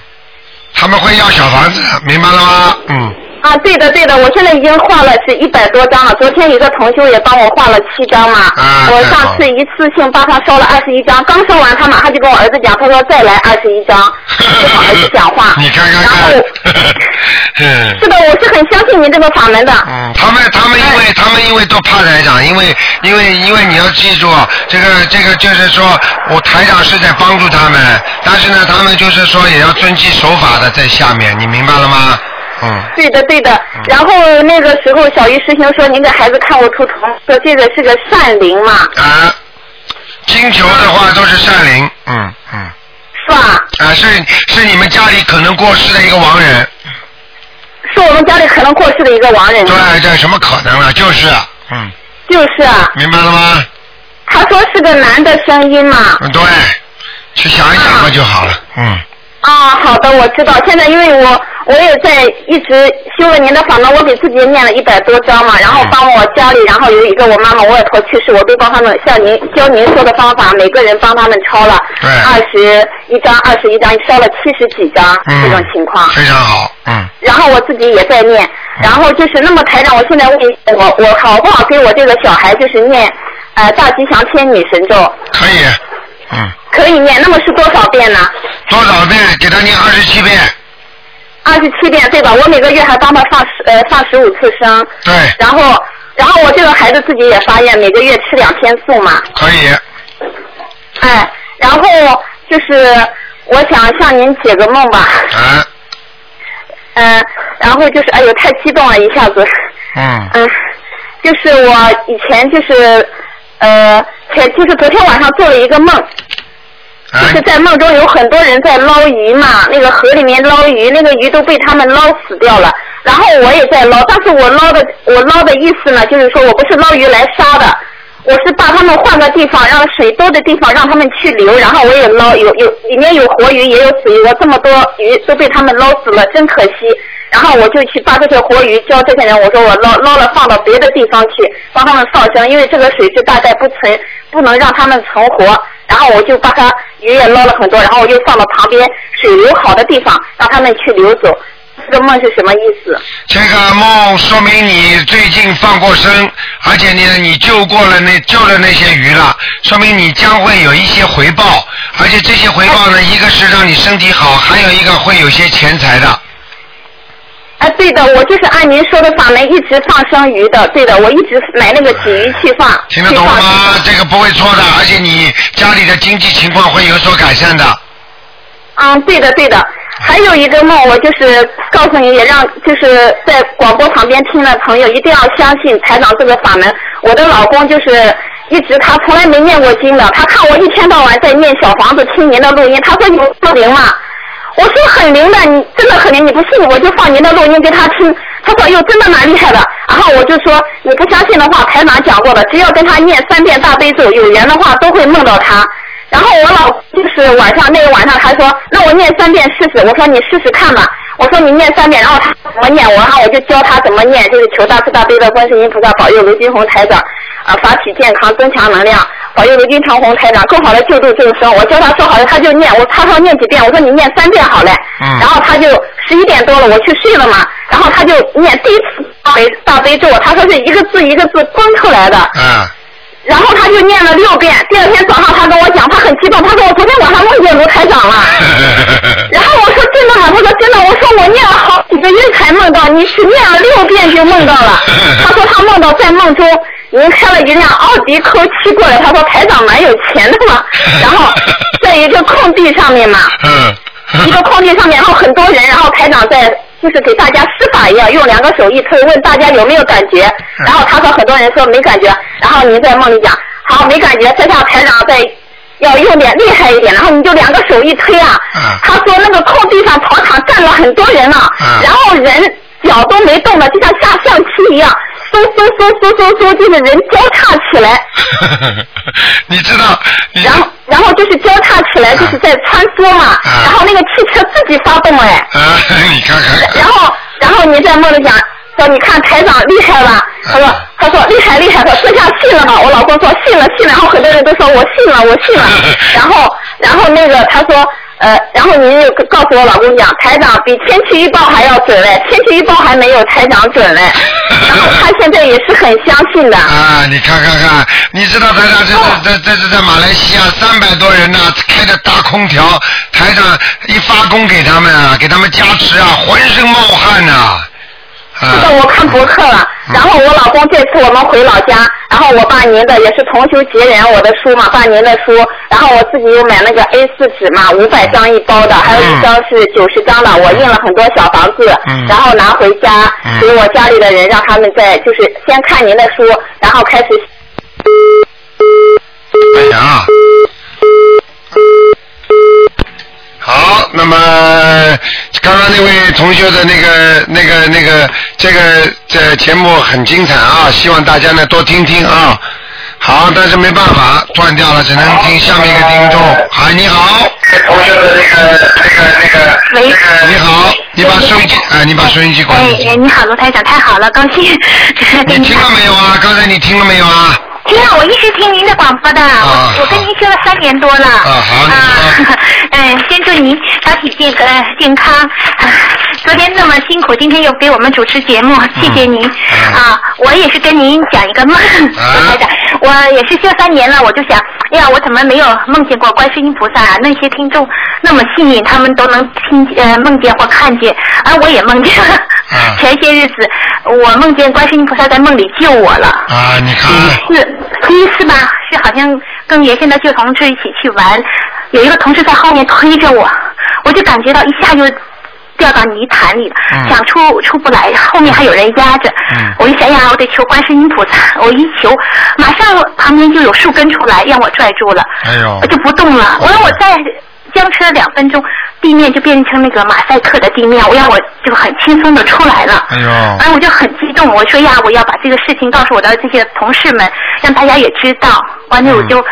[SPEAKER 2] 他们会要小房子，明白了吗？嗯，
[SPEAKER 3] 啊，对的对的，我现在已经画了是一百多张了，昨天一个同修也帮我画了七张嘛。
[SPEAKER 2] 啊
[SPEAKER 3] 我
[SPEAKER 2] 太好
[SPEAKER 3] 上次一次性帮他烧了二十一张，刚烧完他马上就跟我儿子讲，他说再来二十一
[SPEAKER 2] 。
[SPEAKER 3] 张，就跟我儿子讲话
[SPEAKER 2] 你看看
[SPEAKER 3] 然后
[SPEAKER 2] 看，嗯。
[SPEAKER 3] 是的，我是很相信您这个法门的。
[SPEAKER 2] 嗯，他们他们因
[SPEAKER 3] 哎
[SPEAKER 2] 为他们因为都怕台长，因为因为因为你要记住，这个这个就是说我台长是在帮助他们，但是呢，他们就是说也要遵纪守法的在下面，你明白了吗？嗯，
[SPEAKER 3] 对的，对的。然后那个时候，小鱼师兄说您给孩子看过图腾，说这个是个善灵嘛，
[SPEAKER 2] 啊，金球的话都是善灵，嗯嗯，
[SPEAKER 3] 是吧？
[SPEAKER 2] 啊是是你们家里可能过世的一个亡人，
[SPEAKER 3] 是我们家里可能过世的一个亡人，
[SPEAKER 2] 对对，什么可能了？就是，嗯，
[SPEAKER 3] 就是啊，
[SPEAKER 2] 明白了吗？
[SPEAKER 3] 他说是个男的声音嘛，
[SPEAKER 2] 嗯，对，去想一想吧就好了。嗯，
[SPEAKER 3] 啊，好的，我知道。现在因为我我也在一直修了您的法门，我给自己念了一百多章嘛，然后帮我家里，然后有一个我妈妈、我外婆去世，我都帮他们像您教您说的方法，每个人帮他们抄了
[SPEAKER 2] 对
[SPEAKER 3] 二十一张、二十一张，烧了七十几张、
[SPEAKER 2] 嗯
[SPEAKER 3] 这种情况。
[SPEAKER 2] 非常好。嗯，
[SPEAKER 3] 然后我自己也在念，然后就是那么台长，我现在问你我我好不好给我这个小孩就是念呃大吉祥天女神咒，
[SPEAKER 2] 可以。嗯，
[SPEAKER 3] 可以念，那么是多少遍呢？
[SPEAKER 2] 多少遍？给他念二十七遍。
[SPEAKER 3] 二十七遍对吧？我每个月还帮他放十呃放十五次生，
[SPEAKER 2] 对，
[SPEAKER 3] 然后然后我这个孩子自己也发愿，每个月吃两天素嘛，
[SPEAKER 2] 可以。
[SPEAKER 3] 哎，然后就是我想向您解个梦吧，
[SPEAKER 2] 啊，
[SPEAKER 3] 嗯、然后就是哎呦太激动了，一下子，
[SPEAKER 2] 嗯，
[SPEAKER 3] 嗯，就是我以前就是呃前就是昨天晚上做了一个梦，
[SPEAKER 2] 啊
[SPEAKER 3] 就是在梦中有很多人在捞鱼嘛，那个河里面捞鱼，那个鱼都被他们捞死掉了。然后我也在捞，但是我捞的我捞的意思呢，就是说我不是捞鱼来杀的，我是把他们换个地方，让水多的地方让他们去流，然后我也捞，有有里面有活鱼也有死鱼，我这么多鱼都被他们捞死了，真可惜。然后我就去把这些活鱼教这些人，我说我捞捞了放到别的地方去帮他们放生，因为这个水质大概不存，不能让他们存活。然后我就把它鱼也捞了很多，然后我就放到旁边水流好的地方，让他们去流走。这个梦是什么意思？
[SPEAKER 2] 这个梦说明你最近放过生，而且呢，你救过了那救了那些鱼了，说明你将会有一些回报，而且这些回报呢，一个是让你身体好，还有一个会有些钱财的。
[SPEAKER 3] 哎，对的，我就是按您说的法门一直放生鱼的，对的，我一直买那个鲫鱼去放，
[SPEAKER 2] 听得
[SPEAKER 3] 去
[SPEAKER 2] 懂
[SPEAKER 3] 放
[SPEAKER 2] 吗？这个不会错的，而且你家里的经济情况会有所改善的。
[SPEAKER 7] 啊
[SPEAKER 3] 嗯，对的对的。还有一个梦，我就是告诉你，也让就是在广播旁边听的朋友一定要相信台长这个法门。我的老公就是一直他从来没念过经的，他看我一天到晚在念小房子，听您的录音，他说你不灵吗？我说很灵的，你真的很灵，你不信我就放您的录音给他听。他说哟，真的蛮厉害的。然后我就说你不相信的话，台长讲过的，只要跟他念三遍大悲咒，有缘的话都会梦到他。然后我老公就是晚上那个晚上还说，那我念三遍试试。我说你试试看吧。我说你念三遍，然后他怎么念，我然后我就教他怎么念，就是求大慈大悲的观世音菩萨保佑卢金红台长啊法体健康，增强能量，保佑卢金长红台长更好的救度众生。我教他说好了，他就念，我他说念几遍，我说你念三遍好嘞。
[SPEAKER 2] 嗯
[SPEAKER 3] 然后他就十一点多了，我去睡了嘛，然后他就念第一次大悲大悲咒，他说是一个字一个字崩出来的。
[SPEAKER 2] 嗯，
[SPEAKER 3] 然后他就念了六遍。第二天早上他跟我讲，他很激动，他说我昨天晚上梦见卢台长了。然后我说真的吗？他说真的。我说我念了好几个月才梦到，你是念了六遍就梦到了。他说他梦到在梦中您开了一辆奥迪 Q 七过来，他说台长蛮有钱的嘛。然后在一个空地上面嘛，
[SPEAKER 2] 嗯，
[SPEAKER 3] 一个空地上面，然后很多人，然后台长在就是给大家施法一样，用两个手一推，问大家有没有感觉。
[SPEAKER 2] 嗯
[SPEAKER 3] 然后他和很多人说没感觉，然后您在梦里讲，好没感觉，再叫台长再要用点厉害一点，然后你就两个手一推啊。
[SPEAKER 2] 嗯
[SPEAKER 3] 他说那个空地上草场站了很多人了，
[SPEAKER 2] 嗯
[SPEAKER 3] 然后人脚都没动的，就像下象棋一样，嗖嗖嗖嗖嗖嗖，就是人交叉起来。
[SPEAKER 2] 你知道，你
[SPEAKER 3] 然后，然后就是交叉起来，就是在穿梭嘛。
[SPEAKER 2] 嗯
[SPEAKER 3] 然后那个汽车自己发动哎。
[SPEAKER 2] 啊，你看看，，
[SPEAKER 3] 然后，然后您在梦里讲说，你看台长厉害吧？他说，他说厉害厉害，他说这下信了吧？我老公说信了信了，然后很多人都说我信了我信了然后然后那个他说。呃，然后您又告诉我老公讲，台长比天气预报还要准嘞，天气预报还没有台长准嘞。然后他现在也是很相信的。
[SPEAKER 2] 啊，你看看看，你知道台长这
[SPEAKER 3] 哦
[SPEAKER 2] 这这这是在马来西亚三百多人呢、开着大空调，台长一发功给他们啊，给他们加持啊，浑身冒汗呐、啊。
[SPEAKER 3] 是的，我看博客了。
[SPEAKER 2] 嗯
[SPEAKER 3] 然后我老公这次我们回老家，然后我把您的也是同修结缘我的书嘛，把您的书，然后我自己又买那个 A 四纸嘛，五百张一包的，还有一张是九十张的，我印了很多小房子，
[SPEAKER 2] 嗯
[SPEAKER 3] 然后拿回家
[SPEAKER 2] 嗯
[SPEAKER 3] 给我家里的人，让他们在就是先看您的书，然后开始。
[SPEAKER 2] 哎呀，好，那么刚刚那位同学的那个、那个、那个，这个这节目很精彩啊，希望大家呢多听听啊。好，长，但是没办法，断掉了，只能听下面一个听众。嗨，你好，
[SPEAKER 8] 同学的那个那个那个
[SPEAKER 7] 喂，
[SPEAKER 2] 你好，你把收音机，哎，你把收音机关
[SPEAKER 7] 哎
[SPEAKER 2] 了。
[SPEAKER 7] 哎，你好，罗台长，太好了，高兴。
[SPEAKER 2] 你听了没有啊？刚才你听了没有啊？
[SPEAKER 7] 听了，我一直听您的广播的，
[SPEAKER 2] 啊
[SPEAKER 7] 我我跟您听了三年多了。
[SPEAKER 2] 啊好你说
[SPEAKER 7] 啊，嗯，先祝您身体健呃健康、啊昨天那么辛苦，今天又给我们主持节目，谢谢您。
[SPEAKER 2] 嗯
[SPEAKER 7] 啊，我也是跟您讲一个梦，
[SPEAKER 2] 啊
[SPEAKER 7] 台长，我也是这三年了，我就想，哎呀，我怎么 没有梦见过观世音菩萨、啊？那些听众那么幸运，他们都能听呃梦见或看见，而我也梦见了。
[SPEAKER 2] 啊
[SPEAKER 7] 前些日子，我梦见观世音菩萨在梦里救我了。
[SPEAKER 2] 啊，你看，
[SPEAKER 7] 是第一次吧，是好像跟原先的旧同事一起去玩，有一个同事在后面推着我，我就感觉到一下就掉到泥潭里了，
[SPEAKER 2] 嗯
[SPEAKER 7] 想出出不来，后面还有人压着，
[SPEAKER 2] 嗯
[SPEAKER 7] 我一想呀，我得求观世音菩萨，我一求，马上旁边就有树根出来让我拽住了，
[SPEAKER 2] 哎呦
[SPEAKER 7] 我，就不动
[SPEAKER 2] 哦
[SPEAKER 7] 了。我让我再僵持了两分钟，地面就变成那个马赛克的地面，我让我就很轻松的出来了。
[SPEAKER 2] 哎呦，
[SPEAKER 7] 哎，我就很激动，我说呀，我要把这个事情告诉我的这些同事们，让大家也知道。完了，我就、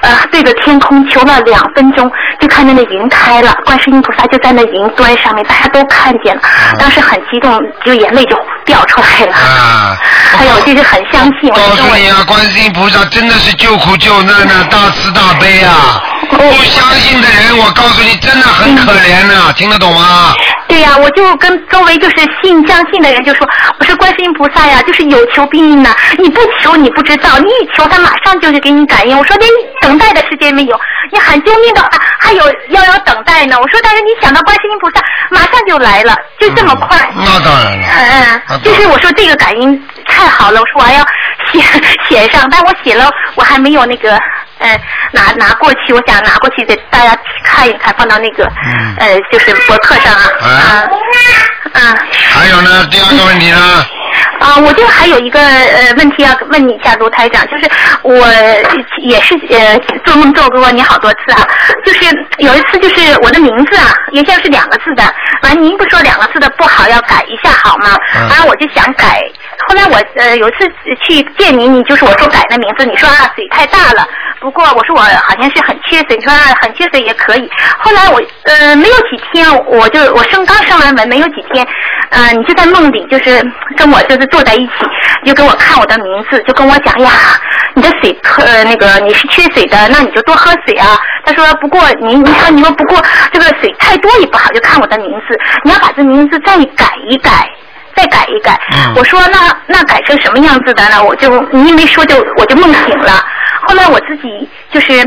[SPEAKER 7] 呃对着天空求了两分钟，就看见那云开了，观世音菩萨就在那云端上面，大家都看见了。当时很激动，就眼泪就掉出来了。
[SPEAKER 2] 啊，
[SPEAKER 7] 哎呀，我就是很相信，我
[SPEAKER 2] 告
[SPEAKER 7] 就跟
[SPEAKER 2] 诉
[SPEAKER 7] 我
[SPEAKER 2] 你啊，观世音菩萨真的是救苦救难 的大慈大悲啊！不相信的人，我告诉你，真的很可怜呐、
[SPEAKER 7] 嗯
[SPEAKER 2] 听得懂吗？
[SPEAKER 7] 对呀、我就跟周围就是信相信的人就说，我是观世音菩萨呀，就是有求必应呐、你不求你不知道，你一求他马上就是给你感应。我说连等待的时间没有，你喊救命的话还有要要等待呢。我说但是你想到观世音菩萨，马上就来了，就这么快。
[SPEAKER 2] 嗯那当然了。
[SPEAKER 7] 嗯
[SPEAKER 2] 啊
[SPEAKER 7] 嗯，就是我说这个感应太好了，我说我还要写 写上，但我写了我还没有那个呃拿拿过去，我想拿过去给大家看一看，放到那个、
[SPEAKER 2] 嗯
[SPEAKER 7] 呃就是博客上啊
[SPEAKER 2] 啊
[SPEAKER 7] 啊啊
[SPEAKER 2] 还有呢，第二个问题呢？
[SPEAKER 7] 啊！我就还有一个呃问题要问你一下，卢台长，就是我也是呃做梦做过你好多次啊，就是有一次就是我的名字啊，原先是两个字的，完您不说两个字的不好要改一下好吗？
[SPEAKER 2] 嗯
[SPEAKER 7] 完我就想改，后来我呃有一次去见您，你就是我说改那名字，你说啊嘴太大了。不过我说我好像是很缺水，你说啊很缺水也可以。后来我呃没有几天，我就我生刚生完门没有几天，呃你就在梦里就是跟我就是坐在一起，你就跟我看我的名字，就跟我讲呀，你的水特呃那个你是缺水的，那你就多喝水啊。他说不过你你看你说不过这个水太多也不好，就看我的名字，你要把这名字再改一改。再改一改。
[SPEAKER 2] 嗯
[SPEAKER 7] 我说那那改成什么样子的呢？我就你一没说就我就梦醒了。后来我自己就是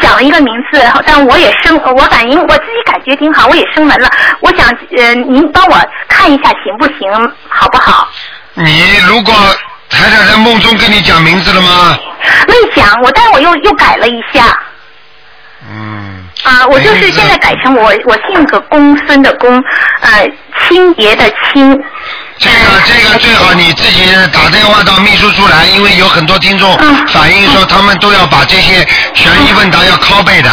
[SPEAKER 7] 想了一个名字，但我也生我感应我自己感觉挺好，我也生门了。我想呃，您帮我看一下行不行，好不好？嗯
[SPEAKER 2] 你如果台长在梦中跟你讲名字了吗？
[SPEAKER 7] 没想我，但我又又改了一下
[SPEAKER 2] 嗯，
[SPEAKER 7] 啊、我就是现在改成我我姓个公孙的公，呃，清洁的清，
[SPEAKER 2] 这
[SPEAKER 7] 哎
[SPEAKER 2] 个这个最好你自己打电话到秘书处来，因为有很多听众
[SPEAKER 7] 嗯
[SPEAKER 2] 反映说他们都要把这些悬疑问答要拷贝的。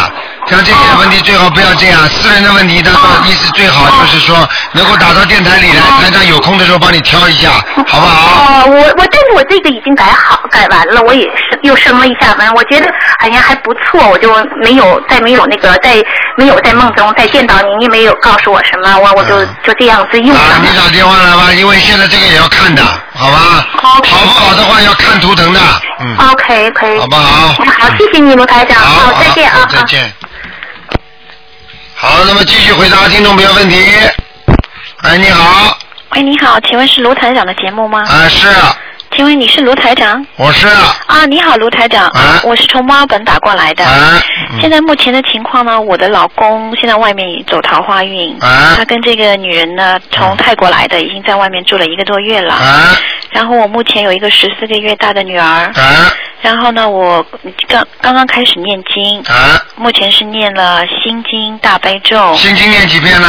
[SPEAKER 2] 像这些问题最好不要这
[SPEAKER 7] 哦
[SPEAKER 2] 样，私人的问题，但是意思最好就是说能够打到电台里来，台长有空的时候帮你挑一下，好不好？
[SPEAKER 7] 哦，我我但是我这个已经改好改完了，我也是又升了一下温，我觉得好像还不错，我就没有再没有那个再没有在梦中再见到您，你没有告诉我什么，我我就
[SPEAKER 2] 嗯
[SPEAKER 7] 就这样子用
[SPEAKER 2] 啊
[SPEAKER 7] 上，
[SPEAKER 2] 你
[SPEAKER 7] 了。
[SPEAKER 2] 打电话来吧，因为现在这个也要看的，好吧？
[SPEAKER 7] 哦
[SPEAKER 2] 好不好的话要看图腾的，嗯，
[SPEAKER 7] OK OK，
[SPEAKER 2] 好不好？
[SPEAKER 7] 哦嗯好，谢谢你卢台长，
[SPEAKER 2] 好，
[SPEAKER 7] 再见
[SPEAKER 2] 好
[SPEAKER 7] 啊，
[SPEAKER 2] 再见。好，那么继续回答听众朋友问题。哎，你好，
[SPEAKER 9] 喂，你好，请问是卢台长的节目吗？
[SPEAKER 2] 啊，是，
[SPEAKER 9] 请问你是卢台长？
[SPEAKER 2] 我是，啊，
[SPEAKER 9] 啊，你嗯好，卢台长，
[SPEAKER 2] 啊
[SPEAKER 9] 我是从墨尔本打过来的。
[SPEAKER 2] 嗯
[SPEAKER 9] 现在目前的情况呢，我的老公现在外面走桃花运，
[SPEAKER 2] 啊
[SPEAKER 9] 他跟这个女人呢从泰国来的，已经在外面住了一个多月了。
[SPEAKER 2] 啊
[SPEAKER 9] 然后我目前有一个十四个月大的女儿，
[SPEAKER 2] 啊
[SPEAKER 9] 然后呢，我刚刚刚开始念经，
[SPEAKER 2] 啊，
[SPEAKER 9] 目前是念了心经、大悲咒，
[SPEAKER 2] 心经念几遍呢？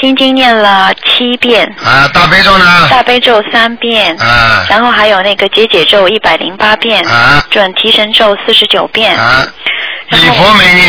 [SPEAKER 9] 心经念了七遍，
[SPEAKER 2] 啊，大悲咒呢？
[SPEAKER 9] 大悲咒三遍，
[SPEAKER 2] 啊
[SPEAKER 9] 然后还有那个解解咒一百零八遍，
[SPEAKER 2] 啊
[SPEAKER 9] 准提神咒四十九遍，
[SPEAKER 2] 啊，礼
[SPEAKER 9] 然后
[SPEAKER 2] 佛没念，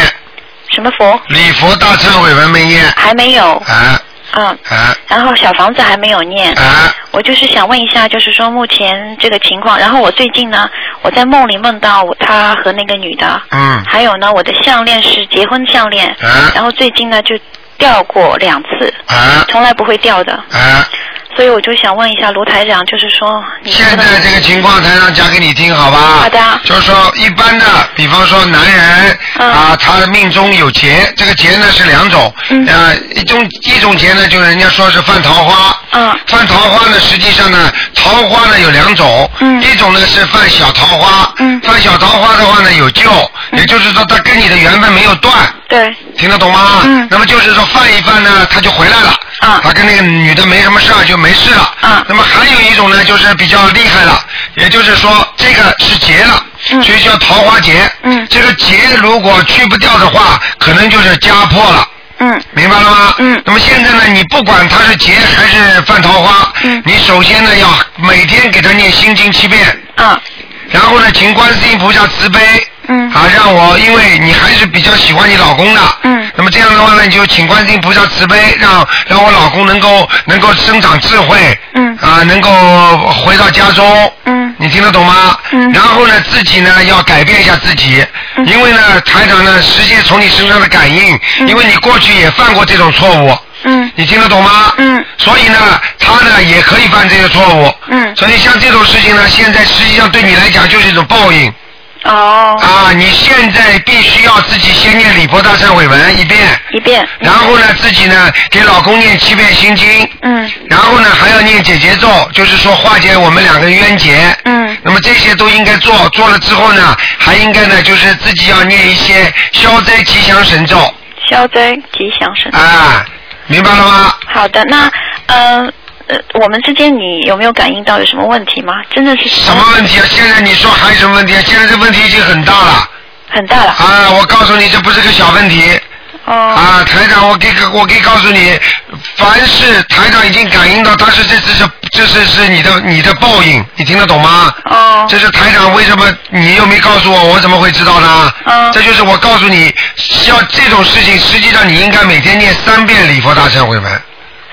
[SPEAKER 9] 什么佛
[SPEAKER 2] 礼佛大忏悔文没念，
[SPEAKER 9] 还没有，
[SPEAKER 2] 啊，
[SPEAKER 7] 嗯，
[SPEAKER 2] 啊
[SPEAKER 7] 然后小房子还没有念。
[SPEAKER 2] 啊
[SPEAKER 7] 我就是想问一下，就是说目前这个情况，然后我最近呢，我在梦里梦到我他和那个女的，
[SPEAKER 2] 嗯
[SPEAKER 7] 还有呢，我的项链是结婚项链，
[SPEAKER 2] 啊
[SPEAKER 7] 然后最近呢就掉过两次，
[SPEAKER 2] 啊
[SPEAKER 7] 从来不会掉的，
[SPEAKER 2] 啊！
[SPEAKER 7] 所以我就想问一下卢台长，就是说你
[SPEAKER 2] 现在这个情况，台上讲给你听，好吧？
[SPEAKER 7] 好的
[SPEAKER 2] 就是说，一般的，比方说男人、
[SPEAKER 7] 嗯
[SPEAKER 2] 啊，他的命中有劫，这个劫呢是两种，
[SPEAKER 7] 嗯
[SPEAKER 2] 呃，一种一种劫呢，就是人家说是犯桃花，
[SPEAKER 7] 嗯
[SPEAKER 2] 犯桃花呢，实际上呢，桃花呢有两种，
[SPEAKER 7] 嗯
[SPEAKER 2] 一种呢是犯小桃花，
[SPEAKER 7] 嗯
[SPEAKER 2] 犯小桃花的话呢有救，也就是说他跟你的缘分没有断，
[SPEAKER 7] 对，
[SPEAKER 2] 听得懂吗？
[SPEAKER 7] 嗯
[SPEAKER 2] 那么就是说犯一犯呢，他就回来了。
[SPEAKER 7] 嗯
[SPEAKER 2] 他跟那个女的没什么事儿，就没事了。
[SPEAKER 7] 嗯
[SPEAKER 2] 那么还有一种呢，就是比较厉害了，也就是说这个是劫了，
[SPEAKER 7] 嗯
[SPEAKER 2] 所以叫桃花劫。
[SPEAKER 7] 嗯
[SPEAKER 2] 这个劫如果去不掉的话，可能就是家破了。
[SPEAKER 7] 嗯
[SPEAKER 2] 明白了吗？
[SPEAKER 7] 嗯
[SPEAKER 2] 那么现在呢，你不管他是劫还是犯桃花，
[SPEAKER 7] 嗯
[SPEAKER 2] 你首先呢要每天给他念心经七遍，
[SPEAKER 7] 嗯
[SPEAKER 2] 然后呢，请观世音菩萨慈悲，
[SPEAKER 7] 嗯
[SPEAKER 2] 啊，让我，因为你还是比较喜欢你老公的，
[SPEAKER 7] 嗯
[SPEAKER 2] 那么这样的话呢，你就请观世音菩萨慈悲，让让我老公能够能够生长智慧，
[SPEAKER 7] 嗯
[SPEAKER 2] 啊，能够回到家中，
[SPEAKER 7] 嗯
[SPEAKER 2] 你听得懂吗？
[SPEAKER 7] 嗯
[SPEAKER 2] 然后呢，自己呢要改变一下自己，
[SPEAKER 7] 嗯
[SPEAKER 2] 因为呢，台长呢，实际从你身上的感应，
[SPEAKER 7] 嗯
[SPEAKER 2] 因为你过去也犯过这种错误，
[SPEAKER 7] 嗯
[SPEAKER 2] 你听得懂吗？
[SPEAKER 7] 嗯
[SPEAKER 2] 所以呢，他呢也可以犯这些错误。
[SPEAKER 7] 嗯
[SPEAKER 2] 所以像这种事情呢，现在实际上对你来讲就是一种报应
[SPEAKER 7] 哦，
[SPEAKER 2] 啊！你现在必须要自己先念礼佛大忏悔文一遍，
[SPEAKER 7] 一遍，
[SPEAKER 2] 然后呢自己呢给老公念七遍心经，
[SPEAKER 7] 嗯
[SPEAKER 2] 然后呢还要念解结咒，就是说化解我们两个冤结。
[SPEAKER 7] 嗯
[SPEAKER 2] 那么这些都应该做，做了之后呢，还应该呢就是自己要念一些消灾吉祥神咒
[SPEAKER 7] 消灾吉祥神。
[SPEAKER 2] 啊，明白了吗？
[SPEAKER 7] 好的，那呃呃，我们之间你有没有感应到有什么问题吗？真的是
[SPEAKER 2] 什么问题啊？现在你说还有什么问题啊？现在这问题已经很大了
[SPEAKER 7] 很大了？
[SPEAKER 2] 啊！我告诉你，这不是个小问题
[SPEAKER 7] 哦，
[SPEAKER 2] 啊！台长，我给个我可以告诉你，凡是台长已经感应到，但是这次是这是是你的你的报应，你听得懂吗？
[SPEAKER 7] 哦，
[SPEAKER 2] 这是台长为什么你又没告诉我，我怎么会知道呢？
[SPEAKER 7] 嗯
[SPEAKER 2] 这就是我告诉你，要这种事情，实际上你应该每天念三遍礼佛大忏悔文。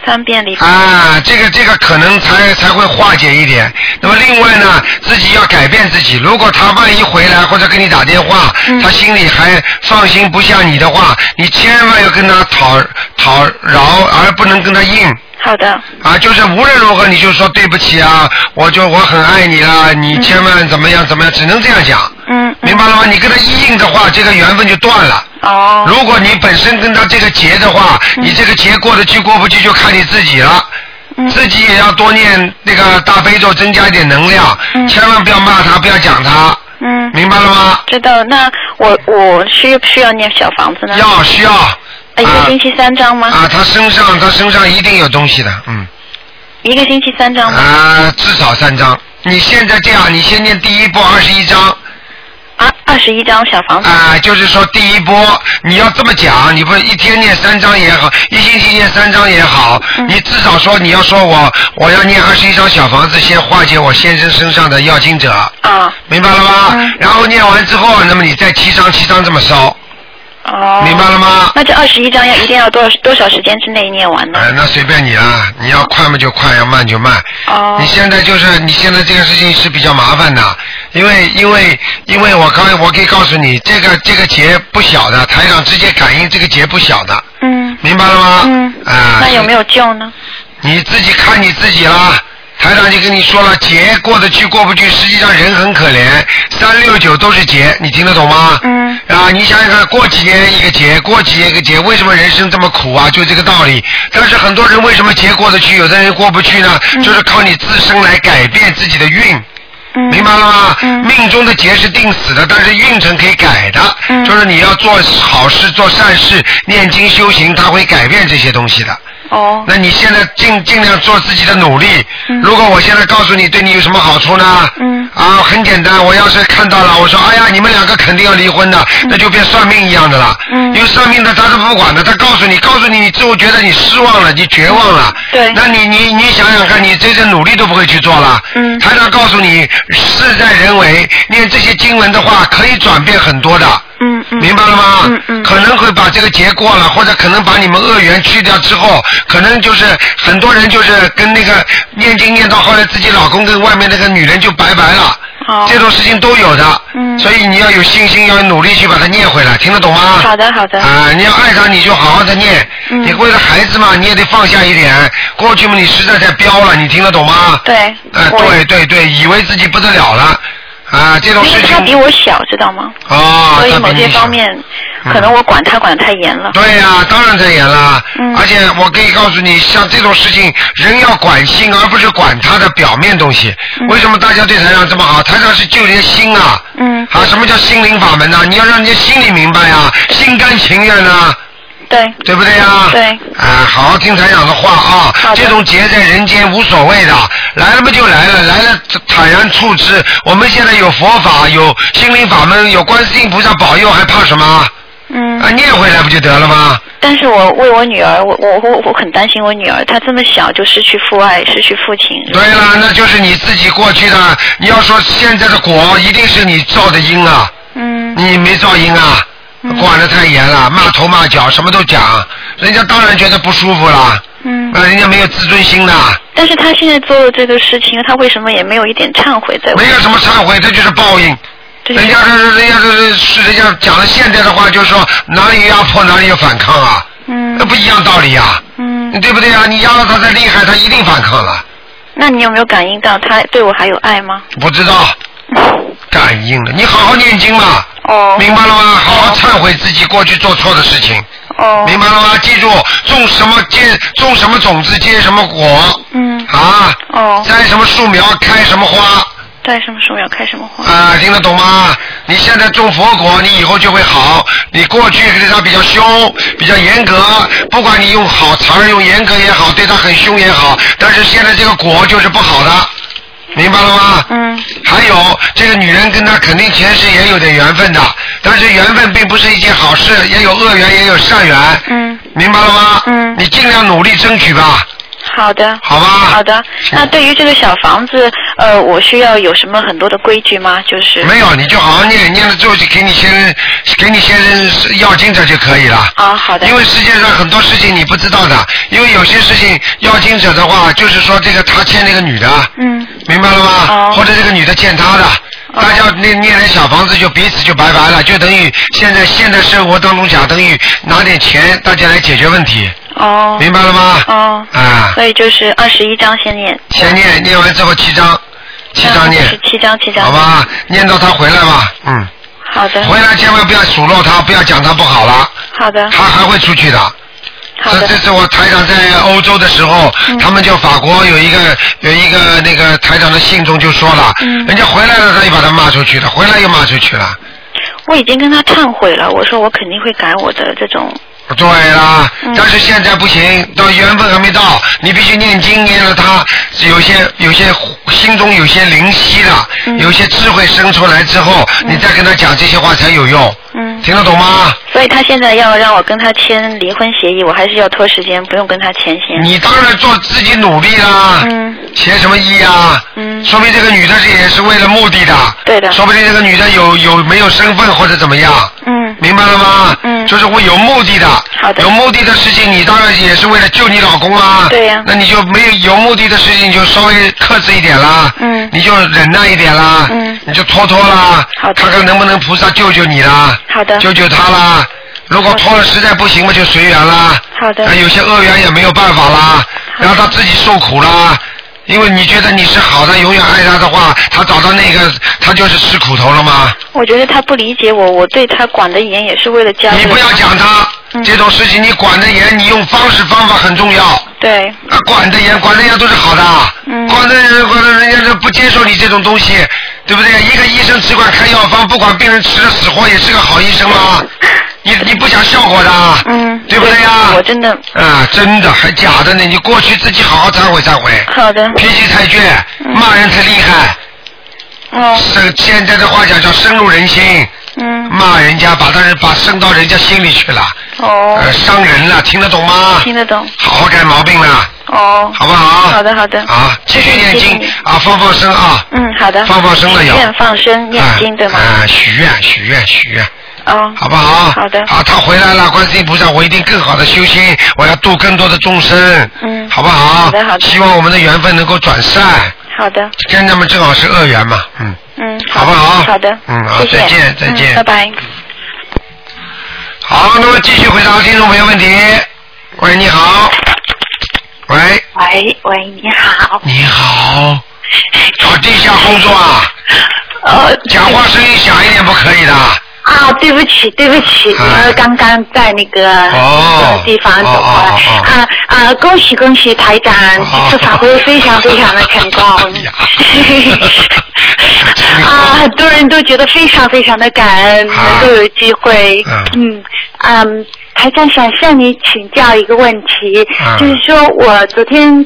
[SPEAKER 7] 三遍礼佛。
[SPEAKER 2] 啊，这个这个可能才才会化解一点。那么另外呢，自己要改变自己。如果他万一回来或者跟你打电话，
[SPEAKER 7] 嗯
[SPEAKER 2] 他心里还放心不下你的话，你千万要跟他讨讨饶，而不能跟他硬。
[SPEAKER 7] 好的，
[SPEAKER 2] 啊，就是无论如何你就说对不起啊，我就我很爱你啦，你千万怎么样怎么样，只能这样讲，
[SPEAKER 7] 嗯，嗯
[SPEAKER 2] 明白了吗？你跟他一硬的话，这个缘分就断了。
[SPEAKER 7] 哦，
[SPEAKER 2] 如果你本身跟他这个结的话，你这个结过得去过不去就看你自己了。
[SPEAKER 7] 嗯
[SPEAKER 2] 自己也要多念那个大悲咒，增加一点能量，
[SPEAKER 7] 嗯
[SPEAKER 2] 千万不要骂他，不要讲他，
[SPEAKER 7] 嗯，
[SPEAKER 2] 明白了吗？
[SPEAKER 7] 知道。那我我需不需要念小房子呢？啊
[SPEAKER 2] 要需要
[SPEAKER 7] 呃一个
[SPEAKER 2] 啊
[SPEAKER 7] 星期三张吗？
[SPEAKER 2] 啊，他身上他身上一定有东西的，嗯，
[SPEAKER 7] 一个星期三张吗？
[SPEAKER 2] 啊，至少三张。你现在这样，你先念第一波二十一章，
[SPEAKER 7] 啊，二十一张小房子。
[SPEAKER 2] 啊，就是说第一波你要这么讲，你不是一天念三章也好，一星期念三章也好，
[SPEAKER 7] 嗯
[SPEAKER 2] 你至少说你要说我我要念二十一张小房子，先化解我先生身上的要经者，
[SPEAKER 7] 啊，
[SPEAKER 2] 明白了吗？
[SPEAKER 7] 嗯
[SPEAKER 2] 然后念完之后，那么你再七张七张这么烧，
[SPEAKER 7] 哦，
[SPEAKER 2] 明白了吗？
[SPEAKER 7] 那这二十一张要一定要多少多少时间之内念完呢？
[SPEAKER 2] 哎，那随便你啦，你要快嘛就快，要慢就慢。
[SPEAKER 7] 哦
[SPEAKER 2] 你现在就是你现在这个事情是比较麻烦的，因为因为因为我刚我可以告诉你，这个这个劫不小的，台长直接感应这个劫不小的。
[SPEAKER 7] 嗯
[SPEAKER 2] 明白了吗？
[SPEAKER 7] 嗯，
[SPEAKER 2] 啊，
[SPEAKER 7] 那有没有救呢？
[SPEAKER 2] 你自己看你自己啦？台长就跟你说了，劫过得去过不去，实际上人很可怜，三六九都是劫，你听得懂吗？
[SPEAKER 7] 嗯
[SPEAKER 2] 啊，你想想看，过几年一个劫，过几年一个劫，为什么人生这么苦啊？就这个道理。但是很多人为什么劫过得去，有的人过不去呢？就是靠你自身来改变自己的运。
[SPEAKER 7] 嗯，
[SPEAKER 2] 明白了吗？
[SPEAKER 7] 嗯
[SPEAKER 2] 命中的劫是定死的，但是运程可以改的。
[SPEAKER 7] 嗯
[SPEAKER 2] 就是你要做好事、做善事、念经修行，它会改变这些东西的。
[SPEAKER 7] 哦，
[SPEAKER 2] 那你现在尽尽量做自己的努力。
[SPEAKER 7] 嗯
[SPEAKER 2] 如果我现在告诉你对你有什么好处呢？
[SPEAKER 7] 嗯
[SPEAKER 2] 啊，很简单，我要是看到了，我说哎呀，你们两个肯定要离婚的，那就变算命一样的了。
[SPEAKER 7] 嗯
[SPEAKER 2] 因为算命的他是不管的，他告诉你，告诉你，你之后觉得你失望了，你绝望了。
[SPEAKER 7] 嗯对
[SPEAKER 2] 那你你你想想看，你这些努力都不会去做了。
[SPEAKER 7] 嗯
[SPEAKER 2] 台长告诉你，事在人为，念这些经文的话，可以转变很多的。
[SPEAKER 7] 嗯
[SPEAKER 2] 明白了吗？可能会把这个结过了，或者可能把你们恶缘去掉之后，可能就是很多人就是跟那个念经念到后来，自己老公跟外面那个女人就拜拜了。
[SPEAKER 7] 哦
[SPEAKER 2] 这种事情都有的，
[SPEAKER 7] 嗯
[SPEAKER 2] 所以你要有信心，要努力去把它念回来，听得懂吗？
[SPEAKER 7] 好的，嗯好的。
[SPEAKER 2] 啊，你要爱他，你就好好的念。你为了孩子嘛，你也得放下一点。过去嘛，你实在太彪了，你听得懂吗？
[SPEAKER 7] 对。
[SPEAKER 2] 哎，对对对，以为自己不得了了，啊，这种
[SPEAKER 7] 因
[SPEAKER 2] 事
[SPEAKER 7] 为
[SPEAKER 2] 情
[SPEAKER 7] 他比我小，知道吗？
[SPEAKER 2] 啊，
[SPEAKER 7] 所以
[SPEAKER 2] 他
[SPEAKER 7] 某
[SPEAKER 2] 比
[SPEAKER 7] 些
[SPEAKER 2] 你小
[SPEAKER 7] 方面，
[SPEAKER 2] 嗯
[SPEAKER 7] 可能我管他管得太严了。
[SPEAKER 2] 对呀、当然在演了。
[SPEAKER 7] 嗯
[SPEAKER 2] 而且我可以告诉你，像这种事情，人要管心，而不是管他的表面东西。为什么大家对台上这么好？台上是救人心啊。
[SPEAKER 7] 嗯。
[SPEAKER 2] 啊，什么叫心灵法门呢、啊你要让人家心里明白呀，心甘情愿啊。
[SPEAKER 7] 对。
[SPEAKER 2] 对不对呀、
[SPEAKER 7] 对。
[SPEAKER 2] 啊，好好听台长的话啊！这种劫在人间无所谓的，来了嘛就来了，来了坦然处之。我们现在有佛法，有心灵法门，有观世音菩萨保佑，还怕什么？
[SPEAKER 7] 嗯。
[SPEAKER 2] 啊，念回来不就得了吗？
[SPEAKER 7] 但是我为我女儿，我我我我很担心我女儿，她这么小就失去父爱，失去父亲。
[SPEAKER 2] 对了，那就是你自己过去的。你要说现在的果，一定是你造的因啊。
[SPEAKER 7] 嗯。
[SPEAKER 2] 你没造因啊，管得太严了，骂头骂脚，什么都讲，人家当然觉得不舒服了。
[SPEAKER 7] 嗯。
[SPEAKER 2] 那人家没有自尊心的，
[SPEAKER 7] 但是她现在做了这个事情，她为什么也没有一点忏悔在我？
[SPEAKER 2] 没有什么忏悔，这就是报应。人家说是人家这是人家讲了现在的话，就是说哪里有压迫哪里有反抗啊，
[SPEAKER 7] 嗯，
[SPEAKER 2] 那不一样道理啊，
[SPEAKER 7] 嗯，
[SPEAKER 2] 对不对啊？你压到他再厉害，他一定反抗了。
[SPEAKER 7] 那你有没有感应到她对我还有爱吗？
[SPEAKER 2] 不知道，感应了。你好好念经嘛。哦。明白了吗？好好忏悔自己过去做错的事情。
[SPEAKER 7] 哦。
[SPEAKER 2] 明白了吗？记住，种什么结，种什么种子结什么果。
[SPEAKER 7] 嗯。
[SPEAKER 2] 啊。
[SPEAKER 7] 哦。
[SPEAKER 2] 栽什么树苗开什么花。
[SPEAKER 7] 对，什么时候要开什么花？
[SPEAKER 2] 啊，听得懂吗？你现在种佛果，你以后就会好。你过去对他比较凶，比较严格，不管你用好词儿、用严格也好，对他很凶也好，但是现在这个果就是不好的，明白了吗？
[SPEAKER 7] 嗯。
[SPEAKER 2] 还有这个女人跟他肯定前世也有点缘分的，但是缘分并不是一件好事，也有恶缘，也有善缘。
[SPEAKER 7] 嗯。
[SPEAKER 2] 明白了吗？嗯。你尽量努力争取吧。
[SPEAKER 7] 好的。
[SPEAKER 2] 好吧。
[SPEAKER 7] 好的，那对于这个小房子，呃，我需要有什么很多的规矩吗？就是
[SPEAKER 2] 没有，你就好好念，念了之后就给你先生，给你先生要经者就可以了。
[SPEAKER 7] 啊，好的。
[SPEAKER 2] 因为世界上很多事情你不知道的，因为有些事情要经者的话，就是说这个他欠那个女的，
[SPEAKER 7] 嗯，
[SPEAKER 2] 明白了吗？
[SPEAKER 7] 哦
[SPEAKER 2] 或者这个女的欠他的，大家念念点小房子就彼此就拜拜了，就等于现在现在生活当中讲，等于拿点钱大家来解决问题，
[SPEAKER 7] 哦，
[SPEAKER 2] 明白了吗？
[SPEAKER 7] 哦，
[SPEAKER 2] 啊，
[SPEAKER 7] 所以就是二十一章先念，
[SPEAKER 2] 先念念完之后七张，七张念，
[SPEAKER 7] 七章七章，
[SPEAKER 2] 好吧，念到他回来吧，嗯。
[SPEAKER 7] 好的，
[SPEAKER 2] 回来千万不要数落他，不要讲他不好了，
[SPEAKER 7] 好的，
[SPEAKER 2] 他还会出去的。这这次我台长在欧洲的时候，他们就法国有一个有一个那个台长的信中就说了，人家回来了他就把他骂出去了，回来又骂出去了。
[SPEAKER 7] 我已经跟他忏悔了，我说我肯定会改我的这种，
[SPEAKER 2] 对啦，但是现在不行，到缘分还没到，你必须念经念了他，有些有些心中有些灵犀了，有些智慧生出来之后，你再跟他讲这些话才有用，
[SPEAKER 7] 嗯，
[SPEAKER 2] 听得懂吗？
[SPEAKER 7] 所以他现在要让我跟他签离婚协议，我还是要拖时间，不用跟他签先。
[SPEAKER 2] 你当然做自己努力啦，
[SPEAKER 7] 嗯
[SPEAKER 2] 写什么意啊？说明这个女的是也是为了目的的，
[SPEAKER 7] 对的
[SPEAKER 2] 说不定这个女的有有没有身份或者怎么样，
[SPEAKER 7] 嗯，
[SPEAKER 2] 明白了吗？嗯，就是会有目的的，好的，有目的的事情你当然也是为了救你老公啊，
[SPEAKER 7] 对呀
[SPEAKER 2] 那你就没有有目的的事情你就稍微克制一点啦，
[SPEAKER 7] 嗯，
[SPEAKER 2] 你就忍耐一点啦，嗯，你就拖拖啦，
[SPEAKER 7] 好的
[SPEAKER 2] 看看能不能菩萨救救你啦，
[SPEAKER 7] 好的
[SPEAKER 2] 救救他啦。如果拖了实在不行嘛，就随缘啦。
[SPEAKER 7] 好的
[SPEAKER 2] 啊，有些恶缘也没有办法啦，让他自己受苦啦。因为你觉得你是好的，永远爱他的话，他找到那个，他就是吃苦头了吗？
[SPEAKER 7] 我觉得他不理解我，我对他管得严也是为了嗯家里。
[SPEAKER 2] 你不要讲他、这种事情，你管得严，你用方式方法很重要。
[SPEAKER 7] 对，
[SPEAKER 2] 啊，管得严，管得严都是好的。
[SPEAKER 7] 嗯
[SPEAKER 2] 管得严，管得人家是不接受你这种东西，对不对？一个医生只管开药方，不管病人吃了死活，也是个好医生吗？你你不讲效果的，
[SPEAKER 7] 嗯，
[SPEAKER 2] 对不对呀、
[SPEAKER 7] 我真的
[SPEAKER 2] 啊，真的还假的呢？你过去自己好好忏悔忏悔，
[SPEAKER 7] 好的，
[SPEAKER 2] 脾气太倔，
[SPEAKER 7] 嗯
[SPEAKER 2] 骂人太厉害，
[SPEAKER 7] 哦，
[SPEAKER 2] 是现在的话讲叫深入人心，
[SPEAKER 7] 嗯，
[SPEAKER 2] 骂骂人家，把他把渗到人家心里去了，
[SPEAKER 7] 哦
[SPEAKER 2] 呃，伤人了，听得懂吗？
[SPEAKER 7] 听得懂
[SPEAKER 2] 好好改毛病了，
[SPEAKER 7] 哦。
[SPEAKER 2] 好不好
[SPEAKER 7] 好的好的。
[SPEAKER 2] 啊，继续念
[SPEAKER 7] 谢谢
[SPEAKER 2] 经
[SPEAKER 7] 你
[SPEAKER 2] 啊，放放生啊，
[SPEAKER 7] 嗯，好的。
[SPEAKER 2] 放放生了
[SPEAKER 7] 许
[SPEAKER 2] 有
[SPEAKER 7] 愿放生嗯念经对吗？
[SPEAKER 2] 啊，许愿许愿许愿，
[SPEAKER 7] 哦。
[SPEAKER 2] 哎好不好？啊
[SPEAKER 7] 好的。
[SPEAKER 2] 好，他回来了，观世音菩萨，我一定更好的修心，我要度更多的众生，
[SPEAKER 7] 嗯，
[SPEAKER 2] 好不好？
[SPEAKER 7] 好的好的
[SPEAKER 2] 希望我们的缘分能够转善，
[SPEAKER 7] 好的，
[SPEAKER 2] 跟他们正好是恶缘嘛，嗯。
[SPEAKER 7] 嗯，
[SPEAKER 2] 好不好
[SPEAKER 7] 好的，
[SPEAKER 2] 嗯好
[SPEAKER 7] 谢谢
[SPEAKER 2] 再见再见
[SPEAKER 7] 嗯拜拜。
[SPEAKER 2] 好，那么继续回答听众朋友问题。喂，你好。喂，
[SPEAKER 3] 喂喂，你好，
[SPEAKER 2] 你好。找地下工作啊？
[SPEAKER 4] 哦
[SPEAKER 3] 呃，
[SPEAKER 2] 讲话声音响一点不可以的。
[SPEAKER 3] 啊，对不起，对不起，
[SPEAKER 2] 哎
[SPEAKER 3] 我刚刚在那个、
[SPEAKER 2] 哦
[SPEAKER 3] 呃地方走过来，
[SPEAKER 2] 哦哦哦
[SPEAKER 3] 啊啊，恭喜恭喜台长，嗯这次法会非常非常的成 功。
[SPEAKER 2] 哎
[SPEAKER 3] 啊，很多人都觉得非常非常的感恩，
[SPEAKER 2] 啊
[SPEAKER 3] 能够有机会
[SPEAKER 2] 嗯，
[SPEAKER 3] 嗯嗯，台长想向你请教一个问题，
[SPEAKER 2] 嗯
[SPEAKER 3] 就是说我昨天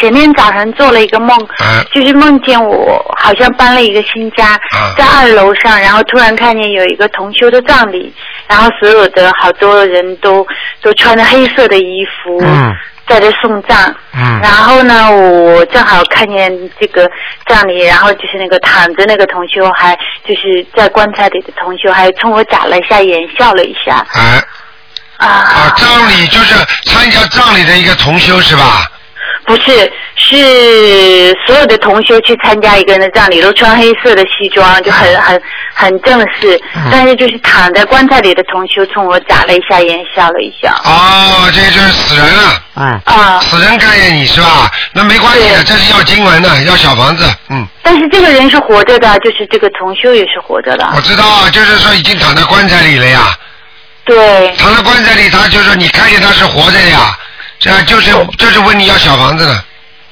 [SPEAKER 3] 前天早上做了一个梦，
[SPEAKER 2] 嗯
[SPEAKER 3] 就是梦见我好像搬了一个新家，
[SPEAKER 2] 嗯
[SPEAKER 3] 在二楼上，然后突然看见有一个同修的葬礼，然后所有的好多人都都穿着黑色的衣服，
[SPEAKER 2] 嗯
[SPEAKER 3] 在这送葬。
[SPEAKER 2] 嗯
[SPEAKER 3] 然后呢，我正好看见这个葬礼，然后就是那个躺着那个同修还，就是在棺材里的同修，还冲我眨了一下眼，笑了一下
[SPEAKER 2] 哎啊
[SPEAKER 3] 啊，
[SPEAKER 2] 葬礼就是参加葬礼的一个同修是吧？
[SPEAKER 3] 不是，是所有的同修去参加一个人的葬礼，都穿黑色的西装，就很很很正式
[SPEAKER 2] 嗯。
[SPEAKER 3] 但是就是躺在棺材里的同修冲我眨了一下眼，笑了一笑。
[SPEAKER 2] 哦，这就是死人了，嗯，
[SPEAKER 3] 啊，
[SPEAKER 2] 死人看见你是吧？那没关系的，这是要经文的，要小房子，嗯，
[SPEAKER 3] 但是这个人是活着的，就是这个同修也是活着的。
[SPEAKER 2] 我知道啊，就是说已经躺在棺材里了呀。
[SPEAKER 3] 对，
[SPEAKER 2] 躺在棺材里，他就说你看见他是活着的呀，这样就是就是问你要小房子的，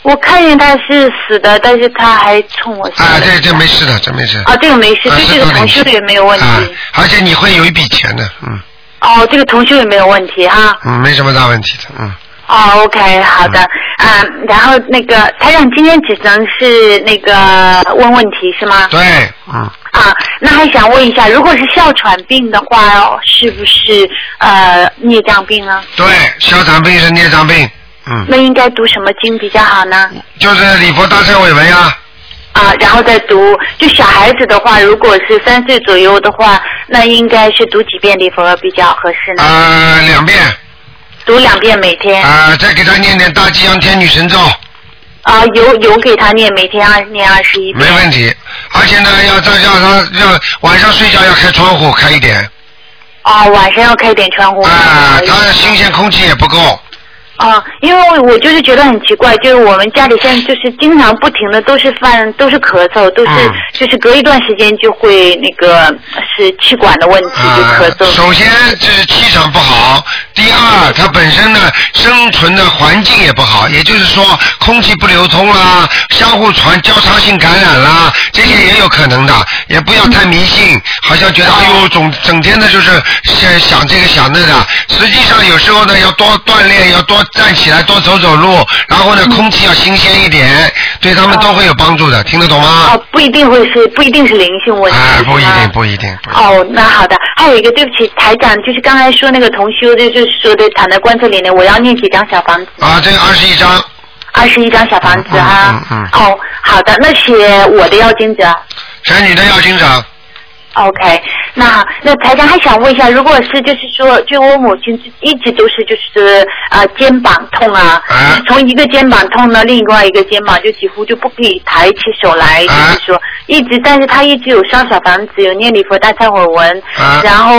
[SPEAKER 3] 我看见他是死的，但是他还冲我笑
[SPEAKER 2] 啊，
[SPEAKER 3] 了一下。
[SPEAKER 2] 这这没事的，这没事。
[SPEAKER 3] 啊，这个没事，
[SPEAKER 2] 啊
[SPEAKER 3] 对这个同修也没有问题。
[SPEAKER 2] 啊，而且你会有一笔钱的，嗯
[SPEAKER 3] 哦，这个同修也没有问题哈、
[SPEAKER 2] 嗯，没什么大问题的，嗯。
[SPEAKER 3] 哦，OK，好的，啊、然后那个台长今天只能是那个问问题是吗？
[SPEAKER 2] 对，嗯，
[SPEAKER 3] 啊，那还想问一下，如果是哮喘病的话，是不是呃孽障病呢？
[SPEAKER 2] 对，哮喘病是孽障病，嗯，
[SPEAKER 3] 那应该读什么经比较好呢？
[SPEAKER 2] 就是礼佛大忏悔文呀，
[SPEAKER 3] 啊，然后再读，就小孩子的话，如果是三岁左右的话，那应该是读几遍礼佛比较合适呢？
[SPEAKER 2] 呃，两遍，
[SPEAKER 3] 读两遍每天。
[SPEAKER 2] 啊、再给他念点大吉祥天女神咒，
[SPEAKER 3] 啊，有有给他念，每天二念二十一遍。
[SPEAKER 2] 没问题。而且呢，要再让他要晚上睡觉要开窗户开一点，
[SPEAKER 3] 啊，晚上要开点窗户。
[SPEAKER 2] 啊、他新鲜空气也不够，
[SPEAKER 3] 啊，因为我就是觉得很奇怪，就是我们家里现在就是经常不停的都是犯，都是咳嗽，都是、
[SPEAKER 2] 嗯
[SPEAKER 3] 就是隔一段时间就会那个是气管的问题就咳
[SPEAKER 2] 呃，
[SPEAKER 3] 嗽。
[SPEAKER 2] 首先这是气场不好，第二它本身呢生存的环境也不好，也就是说空气不流通啦，相互传交叉性感染啦，这些也有可能的，也不要太迷信，好像觉得哎
[SPEAKER 3] 哦
[SPEAKER 2] 呦总整天的就是想想这个想那的，实际上有时候呢要多锻炼，要多站起来，多走走路，然后呢
[SPEAKER 3] 嗯
[SPEAKER 2] 空气要新鲜一点，对他
[SPEAKER 3] 哦
[SPEAKER 2] 们都会有帮助的，听得懂吗
[SPEAKER 3] 啊？，不一定会是，不一定是灵性问题。
[SPEAKER 2] 哎，不一
[SPEAKER 3] 是
[SPEAKER 2] 定，
[SPEAKER 3] 吗
[SPEAKER 2] 不一定，不一定。
[SPEAKER 3] 哦，那好的。还有一个，对不起，台长，就是刚才说那个同修，就是说的躺在棺材里呢，我要念几张小房子，
[SPEAKER 2] 啊，这二十一章。
[SPEAKER 3] 二十一张小房子啊。
[SPEAKER 2] 嗯嗯
[SPEAKER 3] 哦，好的，那写我的要经者。
[SPEAKER 2] 选女的要欣赏，
[SPEAKER 3] OK，那好，那台长还想问一下，如果是就是说，就我母亲一直都是就是呃肩膀痛啊，
[SPEAKER 2] 啊
[SPEAKER 3] 从一个肩膀痛到另外一个肩膀，就几乎就不可以抬起手来，就
[SPEAKER 2] 啊
[SPEAKER 3] 是说一直，但是她一直有烧小房子，有念礼佛大忏悔文，
[SPEAKER 2] 啊
[SPEAKER 3] 然后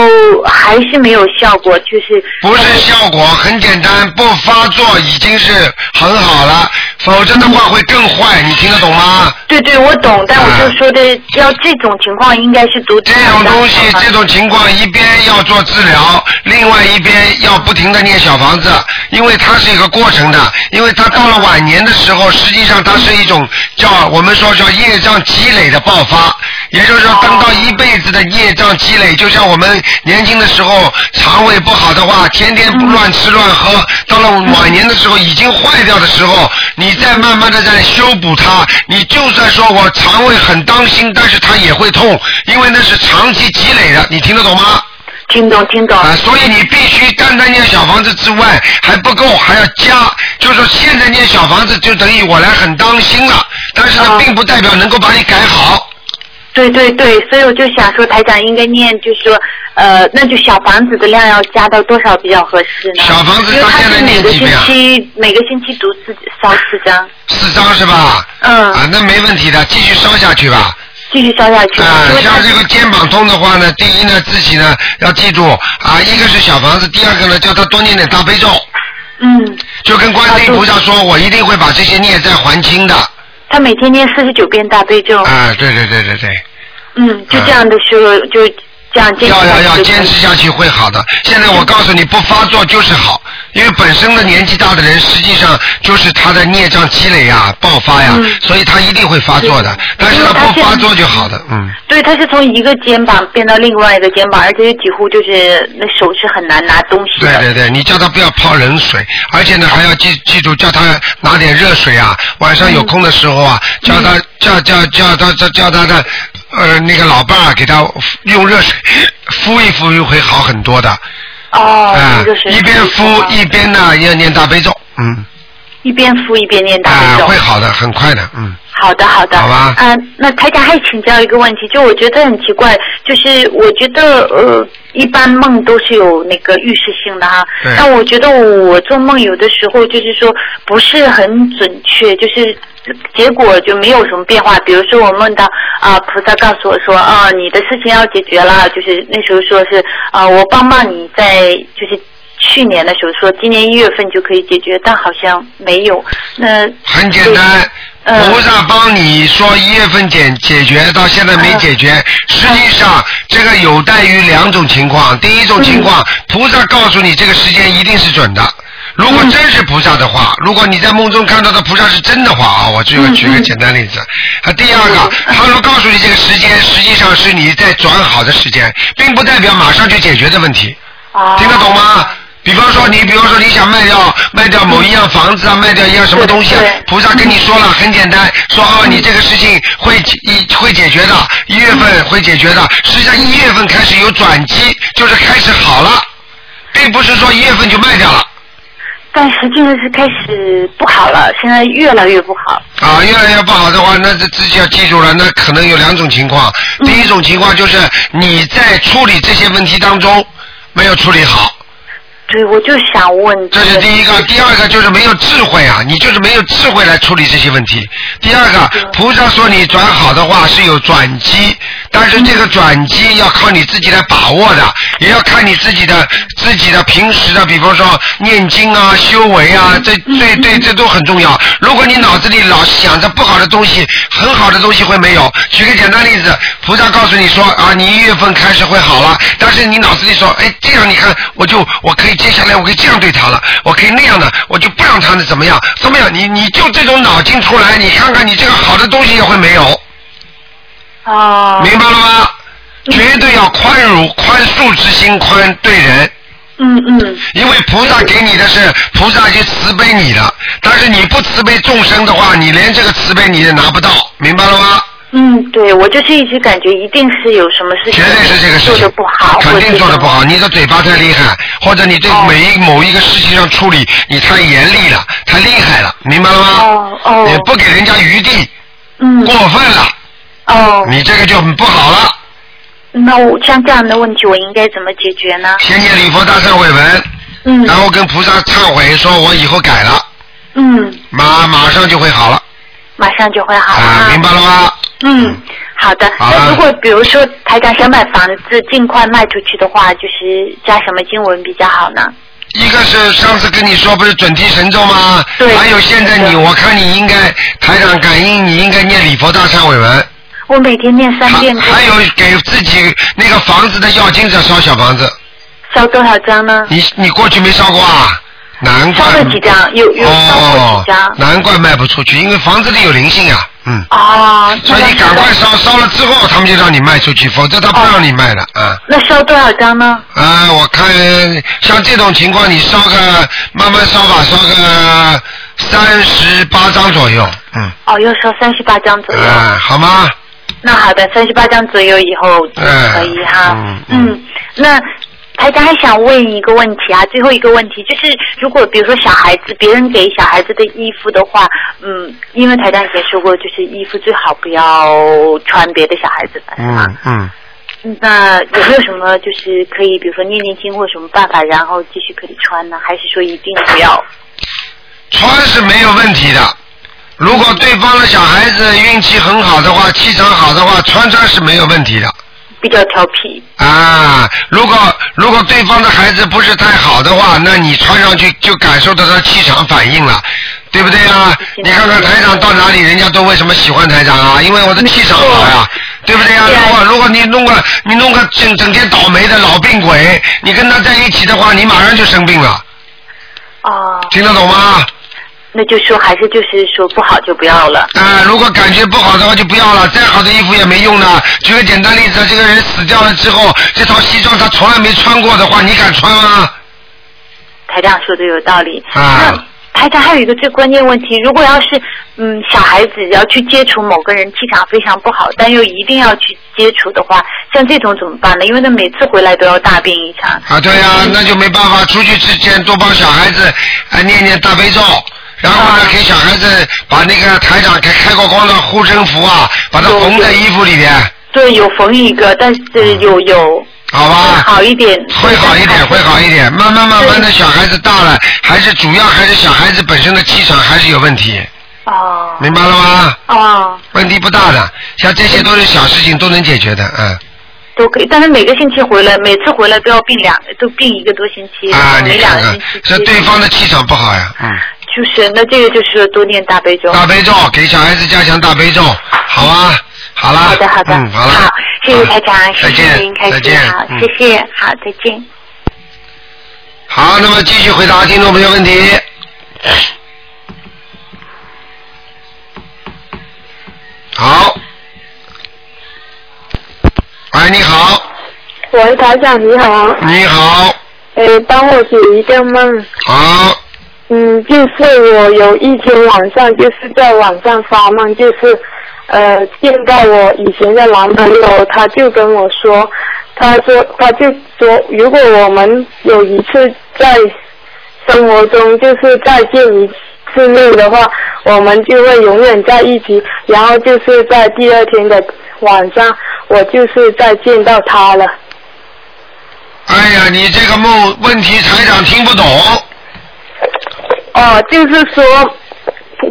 [SPEAKER 3] 还是没有效果，就是
[SPEAKER 2] 不是效果很简单，不发作已经是很好了，否则的话会更坏，你听得懂吗？
[SPEAKER 3] 对对，我懂，但我
[SPEAKER 2] 啊哎
[SPEAKER 3] 就说的，要这种情况应该是读
[SPEAKER 2] 这种东西，这种情况一边要做治疗，另外一边要不停的念小房子，因为它是一个过程的，因为它到了晚年的时候，实际上它是一种叫我们说叫业障积累的爆发，也就是说，当到一辈子的业障积累，就像我们年轻的时候肠胃不好的话，天天不乱吃乱喝，到了晚年的时候已经坏掉的时候，你你再慢慢的在修补它。你就算说我肠胃很当心，但是它也会痛，因为那是长期积累的。你听得懂吗？
[SPEAKER 10] 听懂，听懂。
[SPEAKER 2] 啊，所以你必须单单念小房子之外还不够，还要加。就是说现在念小房子就等于我来很当心了，但是它并不代表能够把你改好。
[SPEAKER 10] 对对对，所以我就想说，台长应该念，就是说，呃，那就小房子的量要加到多少比较合适呢？
[SPEAKER 2] 小房子
[SPEAKER 10] 因为
[SPEAKER 2] 到
[SPEAKER 10] 他
[SPEAKER 2] 现在
[SPEAKER 10] 是每
[SPEAKER 2] 念
[SPEAKER 10] 个
[SPEAKER 2] 几
[SPEAKER 10] 星
[SPEAKER 2] 遍啊？
[SPEAKER 10] 期每个星期读四烧四张，
[SPEAKER 2] 四张是吧？
[SPEAKER 10] 嗯。
[SPEAKER 2] 啊，那没问题的，继续烧下去吧。
[SPEAKER 10] 继续烧下去。
[SPEAKER 2] 啊，像这个肩膀痛的话呢，第一呢，自己呢要记住啊，一个是小房子，第二个呢，叫他多念点大悲咒。
[SPEAKER 10] 嗯。
[SPEAKER 2] 就跟观世音菩萨说，我一定会把这些孽债还清的。
[SPEAKER 10] 他每天念四十九遍大悲咒，
[SPEAKER 2] 啊，对对对对对，
[SPEAKER 10] 嗯，就这样的修，就这样坚持
[SPEAKER 2] 要
[SPEAKER 10] 下
[SPEAKER 2] 要
[SPEAKER 10] 去
[SPEAKER 2] 要
[SPEAKER 10] 就
[SPEAKER 2] 坚持下去会好的。现在我告诉你，不发作就是好，因为本身的年纪大的人，实际上就是他的孽障积累呀、爆发呀，所以他一定会发作的。但是他不发作就好的，嗯。
[SPEAKER 10] 对，他是从一个肩膀变到另外一个肩膀，而且几乎就是那手是很难拿东西
[SPEAKER 2] 对
[SPEAKER 10] 的。
[SPEAKER 2] 对对，你叫他不要泡冷水，而且呢还要记记住叫他拿点热水啊，晚上
[SPEAKER 10] 嗯
[SPEAKER 2] 有空的时候啊，叫他叫叫叫他叫叫他的呃那个老伴儿给他用热水敷一敷会好很多的。
[SPEAKER 10] 哦，
[SPEAKER 2] 啊、
[SPEAKER 10] 那个是
[SPEAKER 2] 一边敷一边呢要念大悲咒，嗯，
[SPEAKER 10] 啊一边敷一边念大
[SPEAKER 2] 啊、
[SPEAKER 10] 悲咒。
[SPEAKER 2] 会好的，很快的，嗯。
[SPEAKER 10] 好的，好的。
[SPEAKER 2] 好吧
[SPEAKER 10] 嗯、那台长还请教一个问题，就我觉得很奇怪，就是我觉得呃，一般梦都是有那个预示性的哈
[SPEAKER 11] 对。
[SPEAKER 10] 但我觉得我做梦有的时候就是说不是很准确，就是。结果就没有什么变化，比如说我梦到啊、菩萨告诉我说啊，你的事情要解决了，就是那时候说是啊、我帮帮你在就是去年的时候说今年一月份就可以解决，但好像没有。那
[SPEAKER 2] 很简单，菩萨帮你说一月份解解决，到现在没解决。实际上，这个有待于两种情况。第一种情况，菩萨告诉你这个时间一定是准的。如果真是菩萨的话，如果你在梦中看到的菩萨是真的话啊，我举个举个简单例子。啊，第二个，他们告诉你这个时间，实际上是你在转好的时间，并不代表马上就解决的问题。
[SPEAKER 10] 啊
[SPEAKER 2] 听得懂吗？比方说你，比方说你想卖掉卖掉某一样房子啊，卖掉一样什么东西啊，菩萨跟你说了，很简单，说啊你这个事情会解一会解决的，一月份会解决的。实际上一月份开始有转机，就是开始好了，并不是说一月份就卖掉了
[SPEAKER 10] 但是这个是开始不好了，现在越来越不好。
[SPEAKER 2] 啊。越来越不好的话，那这自己要记住了，那可能有两种情况。第一种情况就是你在处理这些问题当中没有处理好，
[SPEAKER 10] 对，我就想
[SPEAKER 3] 嗯
[SPEAKER 10] 问。
[SPEAKER 2] 这是第一个，第二个就是没有智慧啊，你就是没有智慧来处理这些问题。第二个，菩萨说你转好的话是有转机，但是这个转机要靠你自己来把握的，也要看你自己的自己的平时的，比方说念经啊、修为啊，这这对这都很重要。如果你脑子里老想着不好的东西，很好的东西会没有。举个简单例子，菩萨告诉你说啊，你一月份开始会好了，但是你脑子里说，哎，这样你看，我就我可以接下来我可以这样对他了，我可以那样的，我就不让他怎么样怎么样，你你就这种脑筋出来，你看看你这个好的东西也会没有。
[SPEAKER 10] 哦。
[SPEAKER 2] 明白了吗？绝对要宽容、宽恕之心，宽对人。
[SPEAKER 10] 嗯嗯。
[SPEAKER 2] 因为菩萨给你的是菩萨去慈悲你的，但是你不慈悲众生的话，你连这个慈悲你也拿不到，明白了吗？
[SPEAKER 10] 嗯，对，我就是一直感觉一定是有什么事情，绝对是这个事情做的不好，哦
[SPEAKER 2] 肯定做的不好，你的嘴巴太厉害，或者你对每一某一个事情上处理你太严厉了，太厉害了，明白了吗？哦哦。也不给人家余地。
[SPEAKER 10] 嗯。
[SPEAKER 2] 过分了。
[SPEAKER 10] 哦。
[SPEAKER 2] 你这个就很不好了。
[SPEAKER 10] 那我像这样的问题，我应该怎么解决呢？
[SPEAKER 2] 先念礼佛大忏悔文，
[SPEAKER 10] 嗯，
[SPEAKER 2] 然后跟菩萨忏悔，说我以后改了，
[SPEAKER 10] 嗯，
[SPEAKER 2] 马马上就会好了，
[SPEAKER 10] 马上就会好了。
[SPEAKER 2] 啊，明白了吗？啊
[SPEAKER 10] 嗯，好的。那如果比如说台长想买房子尽快卖出去的话，就是加什么经文比较好呢？
[SPEAKER 2] 一个是上次跟你说不是准提神咒吗？
[SPEAKER 10] 对
[SPEAKER 2] 还有现在你，我看你应该台长感应你应该念礼佛大忏悔文，
[SPEAKER 10] 我每天念三遍，
[SPEAKER 2] 还有给自己那个房子的要经者烧小房子，
[SPEAKER 10] 烧多少张呢？
[SPEAKER 2] 你你过去没烧过啊？难怪
[SPEAKER 10] 烧了几张，有有烧过
[SPEAKER 2] 哦
[SPEAKER 10] 几张。，
[SPEAKER 2] 难怪卖不出去，因为房子里有灵性啊，嗯。
[SPEAKER 10] 哦，
[SPEAKER 2] 所以你赶快烧，烧了之后他们就让你卖出去，否则他不让你卖的啊。
[SPEAKER 10] 哦那烧多少张呢？
[SPEAKER 2] 啊，我看像这种情况，你烧个慢慢烧吧，烧个三十八张左右，嗯，
[SPEAKER 10] 哦，要烧三十八张左右。
[SPEAKER 2] 啊，好吗？
[SPEAKER 10] 那好的，三十八张左右以后就可以哈。
[SPEAKER 2] 嗯
[SPEAKER 10] 嗯，那台长还想问一个问题啊，最后一个问题就是，如果比如说小孩子别人给小孩子的衣服的话，嗯，因为台长以前说过，就是衣服最好不要穿别的小孩子的。
[SPEAKER 2] 嗯嗯，
[SPEAKER 10] 那有没有什么就是可以，比如说念念经或者什么办法，然后继续可以穿呢？还是说一定不要？
[SPEAKER 2] 穿是没有问题的。如果对方的小孩子运气很好的话，气场好的话，穿穿是没有问题的。
[SPEAKER 10] 比较调皮。
[SPEAKER 2] 啊，如果如果对方的孩子不是太好的话，那你穿上去就感受到他气场反应了，对不对啊？你看看台长到哪里，人家都为什么喜欢台长啊？因为我的气场好呀、对不对啊？如果如果你弄个你弄个整整天倒霉的老病鬼，你跟他在一起的话，你马上就生病了。
[SPEAKER 10] 哦。
[SPEAKER 2] 听得懂吗？
[SPEAKER 10] 那就说还是就是说不好就不要了。
[SPEAKER 2] 啊，如果感觉不好的话就不要了，再好的衣服也没用的。举个简单例子，这个人死掉了之后，这套西装他从来没穿过的话，你敢穿吗？
[SPEAKER 10] 台长说的有道理。
[SPEAKER 2] 啊。
[SPEAKER 10] 台长还有一个最关键问题，如果要是嗯小孩子要去接触某个人气场非常不好，但又一定要去接触的话，像这种怎么办呢？因为他每次回来都要大病一场。
[SPEAKER 2] 啊，对呀、那就没办法。出去之前多帮小孩子啊念念大悲咒，然后呢，给小孩子把那个台长给开过光的护身符啊，把它缝在衣服里边，
[SPEAKER 10] 对，有缝一个，但是有有
[SPEAKER 2] 好吧？
[SPEAKER 10] 好一点。
[SPEAKER 2] 嗯啊会好一点，会好一点。慢慢慢慢的，小孩子大了，还是主要还是小孩子本身的气场还是有问题。
[SPEAKER 10] 哦。
[SPEAKER 2] 明白了吗？
[SPEAKER 10] 哦，
[SPEAKER 2] 问题不大的，像这些都是小事情，都能解决的，嗯。
[SPEAKER 10] 都可以，但是每个星期回来，每次回来都要病两，都病一个多星期，
[SPEAKER 2] 啊，
[SPEAKER 10] 每
[SPEAKER 2] 你
[SPEAKER 10] 两
[SPEAKER 2] 看
[SPEAKER 10] 个星期，
[SPEAKER 2] 看这对方的气场不好呀，
[SPEAKER 10] 啊
[SPEAKER 2] 嗯。
[SPEAKER 10] 就是那这个就是多念大悲咒。
[SPEAKER 2] 大悲咒，给小孩子加强大悲咒，好啊，好啦。
[SPEAKER 10] 好的好的
[SPEAKER 2] 嗯，好啦。
[SPEAKER 10] 谢谢台长，谢
[SPEAKER 2] 再见
[SPEAKER 10] 谢您开
[SPEAKER 2] 再
[SPEAKER 10] 心
[SPEAKER 2] 见，
[SPEAKER 10] 好，
[SPEAKER 2] 嗯
[SPEAKER 10] 谢谢，好，再见。
[SPEAKER 2] 好，那么继续回答听众朋友问题。好。喂，你好，
[SPEAKER 11] 喂，台长你好，
[SPEAKER 2] 你好，
[SPEAKER 11] 呃，帮我解一个梦。
[SPEAKER 2] 好，
[SPEAKER 11] 嗯，就是我有一天晚上就是在晚上发梦，就是呃见到我以前的男朋友，他就跟我说，他说他就说，如果我们有一次在生活中就是再见一次面的话，我们就会永远在一起。然后就是在第二天的晚上，我就是再见到他了。
[SPEAKER 2] 哎呀，你这个梦问题台长听不懂。
[SPEAKER 11] 哦，就是说，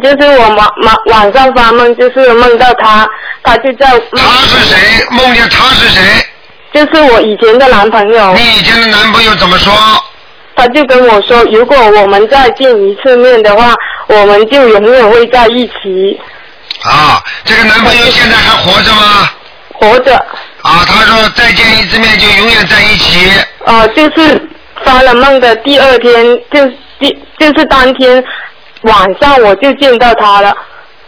[SPEAKER 11] 就是我晚晚晚上发梦，就是梦到他，他就在。
[SPEAKER 2] 他是谁？梦见他是谁？
[SPEAKER 11] 就是我以前的男朋友。
[SPEAKER 2] 你以前的男朋友怎么说？
[SPEAKER 11] 他就跟我说，如果我们再见一次面的话，我们就永远会在一起。
[SPEAKER 2] 啊，这个男朋友现在还活着吗？
[SPEAKER 11] 活着。
[SPEAKER 2] 啊，他说再见一次面就永远在一起。
[SPEAKER 11] 哦、就是发了梦的第二天，就是第就是当天晚上我就见到他了。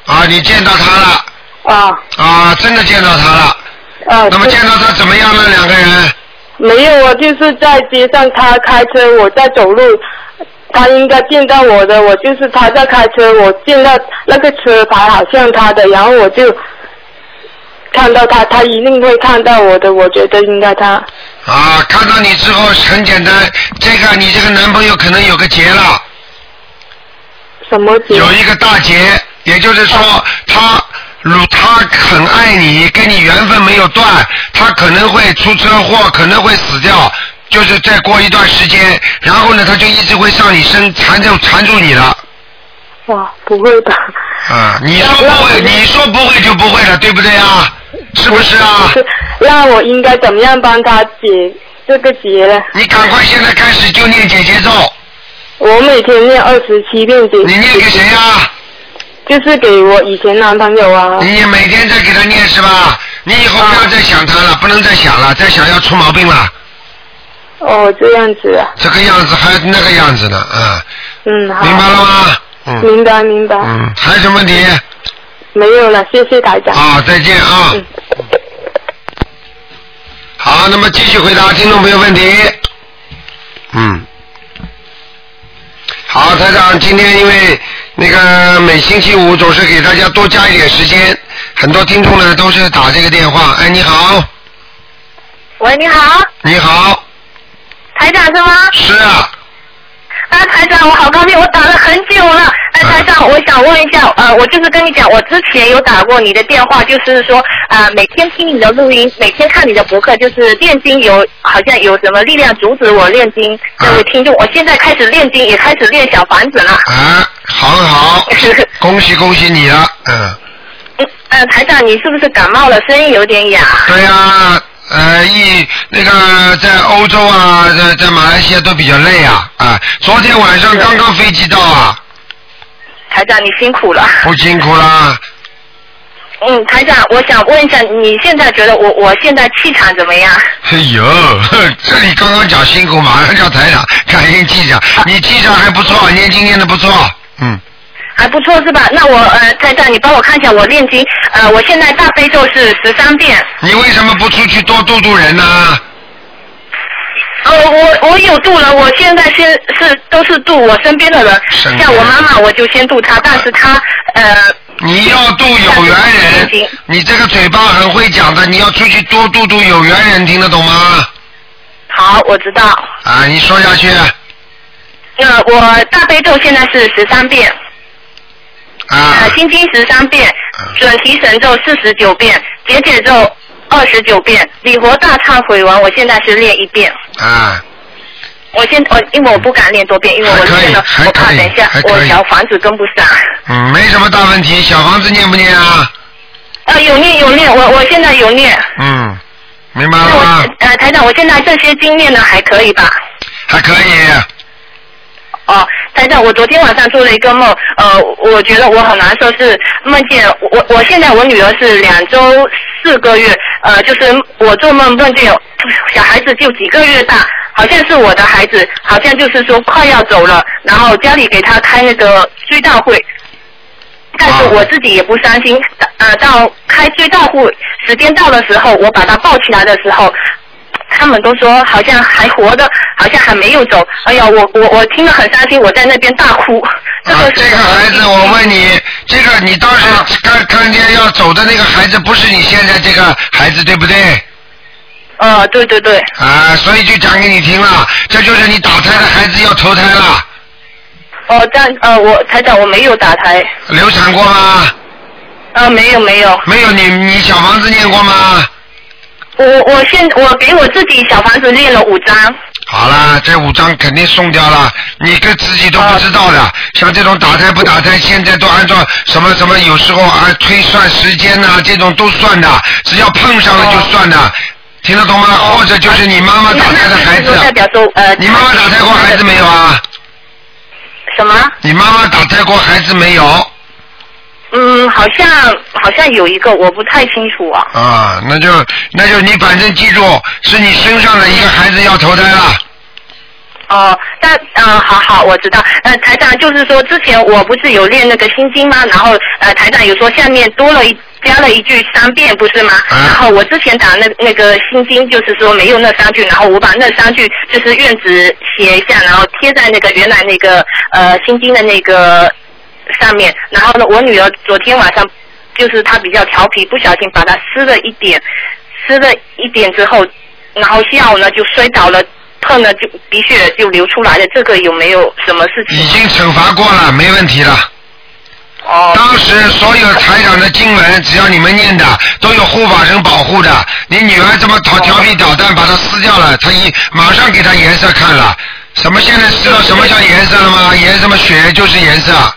[SPEAKER 2] 啊，你见到他了。
[SPEAKER 11] 啊。
[SPEAKER 2] 啊，真的见到他了。
[SPEAKER 11] 啊。
[SPEAKER 2] 那么见到他怎么样呢？两个人？
[SPEAKER 11] 没有啊，就是在街上，他开车，我在走路。他应该见到我的，我就是他在开车，我见到那个车牌好像他的，然后我就看到他，他一定会看到我的，我觉得应该他。
[SPEAKER 2] 啊，看到你之后很简单，这个你这个男朋友可能有个结了。
[SPEAKER 11] 什么结？
[SPEAKER 2] 有一个大劫，也就是说他。如他很爱你，跟你缘分没有断，他可能会出车祸，可能会死掉，就是再过一段时间，然后呢，他就一直会上你身缠住缠住你了。
[SPEAKER 11] 哇，不会吧？
[SPEAKER 2] 啊，你说不会，你说不会就不会了，对不对啊？是不是啊？
[SPEAKER 11] 那我应该怎么样帮他解这个结呢？
[SPEAKER 2] 你赶快现在开始就念姐姐咒。
[SPEAKER 11] 我每天念二十七遍解。你念
[SPEAKER 2] 给谁呀、
[SPEAKER 11] 就是给我以前男朋友啊。
[SPEAKER 2] 你每天在给他念是吧？你以后不要再想他了，不能再想了，再想要出毛病了。
[SPEAKER 11] 哦，这样子啊，
[SPEAKER 2] 这个样子还那个样子呢啊，
[SPEAKER 11] 嗯，好。
[SPEAKER 2] 明白了吗？嗯
[SPEAKER 11] 明白明白。
[SPEAKER 2] 嗯，还有什么问题？
[SPEAKER 11] 没有了，谢谢台长。
[SPEAKER 2] 啊，再见啊。
[SPEAKER 11] 嗯
[SPEAKER 2] 好，那么继续回答听众朋友问题。嗯。好，台长，今天因为那个每星期五总是给大家多加一点时间，很多听众呢都是打这个电话。哎，你好，
[SPEAKER 3] 喂，你好，
[SPEAKER 2] 你好，
[SPEAKER 3] 台长是吗？
[SPEAKER 2] 是啊。
[SPEAKER 3] 啊，台长，我好高兴，我打了很久了。哎，台长，我想问一下，呃，我就是跟你讲，我之前有打过你的电话，就是说，呃，每天听你的录音，每天看你的博客，就是念经有好像有什么力量阻止我念经。各位听众，我现在开始念经，也开始练小房子了。
[SPEAKER 2] 啊，好 好，恭喜恭喜你了，嗯，
[SPEAKER 3] 呃，台长，你是不是感冒了？声音有点哑。
[SPEAKER 2] 对呀、呃，一那个在欧洲啊，在在马来西亚都比较累啊啊！昨天晚上刚刚飞机到啊，
[SPEAKER 3] 台长，你辛苦了。
[SPEAKER 2] 不辛苦啦。
[SPEAKER 3] 嗯，台长，我想问一下，你现在觉得我我现在气场怎么样？
[SPEAKER 2] 哎呦， 呵这里刚刚讲辛苦，马上叫台长 感应气场，你气场还不错，念经念的不错，嗯，
[SPEAKER 3] 还不错是吧？那我呃，台长，你帮我看一下我练经，呃，我现在大悲咒是十三遍，
[SPEAKER 2] 你为什么不出去多度度人呢、
[SPEAKER 3] 呃，我我有度了，我现在先是都是度我身边的人，
[SPEAKER 2] 身边
[SPEAKER 3] 像我妈妈我就先度她，但是她呃
[SPEAKER 2] 你要度有缘人，你这个嘴巴很会讲的，你要出去多度度有缘人，听得懂吗？
[SPEAKER 3] 好，我知道，
[SPEAKER 2] 啊，你说下去
[SPEAKER 3] 呃我大悲咒现在是十三遍，
[SPEAKER 2] 啊，
[SPEAKER 3] 呃心经十三遍，准提神咒四十九遍，解解咒二十九遍，礼佛大忏悔文我现在是练一遍。
[SPEAKER 2] 啊，
[SPEAKER 3] 我现我因为我不敢练多遍，因为我练了，我怕等一下
[SPEAKER 2] 还可以
[SPEAKER 3] 我小房子跟不上。
[SPEAKER 2] 嗯，没什么大问题，小房子念不念啊？
[SPEAKER 3] 呃，有念有念，我我现在有念。
[SPEAKER 2] 嗯，明白了吗？
[SPEAKER 3] 呃，台长，我现在这些经念的还可以吧？
[SPEAKER 2] 还可以。
[SPEAKER 3] 哦，台长，我昨天晚上做了一个梦，呃，我觉得我很难受，是梦见我我现在我女儿是两周四个月，呃，就是我做梦梦见小孩子就几个月大，好像是我的孩子，好像就是说快要走了，然后家里给他开那个追悼会。但是我自己也不伤心，呃，到开追悼会时间到的时候，我把他抱起来的时候，他们都说好像还活的，好像还没有走。哎呀，我我我听了很伤心，我在那边大哭。
[SPEAKER 2] 啊，这个孩子，我问你，这个你当时看看见要走的那个孩子，不是你现在这个孩子，对不对？
[SPEAKER 3] 呃，对对对。
[SPEAKER 2] 啊，所以就讲给你听了，这就是你打胎的孩子要投胎了，
[SPEAKER 3] 哦，这样呃，我台长我没有打胎，
[SPEAKER 2] 流产过吗？
[SPEAKER 3] 呃，没有没有。
[SPEAKER 2] 没有，你你小房子念过吗？
[SPEAKER 3] 我我现我给我自己小房子练了五张。
[SPEAKER 2] 好啦，这五张肯定送掉了，你跟自己都不知道的。像这种打胎不打胎，现在都按照什么什么，有时候啊推算时间呐、这种都算的，只要碰上了就算的，听得懂吗？或者就是你妈妈打胎的孩子，啊
[SPEAKER 3] 代表说呃。
[SPEAKER 2] 你妈妈打胎过孩子没有啊？
[SPEAKER 3] 什么？
[SPEAKER 2] 你妈妈打胎过孩子没有？
[SPEAKER 3] 嗯，好像好像有一个，我不太清楚啊。
[SPEAKER 2] 啊，那就那就你反正记住，是你身上的一个孩子要投胎了。
[SPEAKER 3] 哦，但嗯、呃好好，我知道。呃，台长就是说，之前我不是有练那个心经吗？然后呃，台长有说下面多了一加了一句三遍，不是吗？然后我之前打那那个心经，就是说没有那三句，然后我把那三句就是愿纸写一下，然后贴在那个原来那个呃心经的那个上面。然后呢，我女儿昨天晚上就是她比较调皮，不小心把它撕了一点，撕了一点之后，然后下午呢就摔倒了，碰了就鼻血就流出来了。这个有没有什么事情？
[SPEAKER 2] 已经惩罚过了，没问题了。
[SPEAKER 3] 哦。
[SPEAKER 2] 当时所有财长的经文，只要你们念的，都有护法神保护的。你女儿这么调调皮捣蛋，把它撕掉了，她一马上给她颜色看了。什么现在知道什么叫颜色了吗？颜什么血就是颜色。啊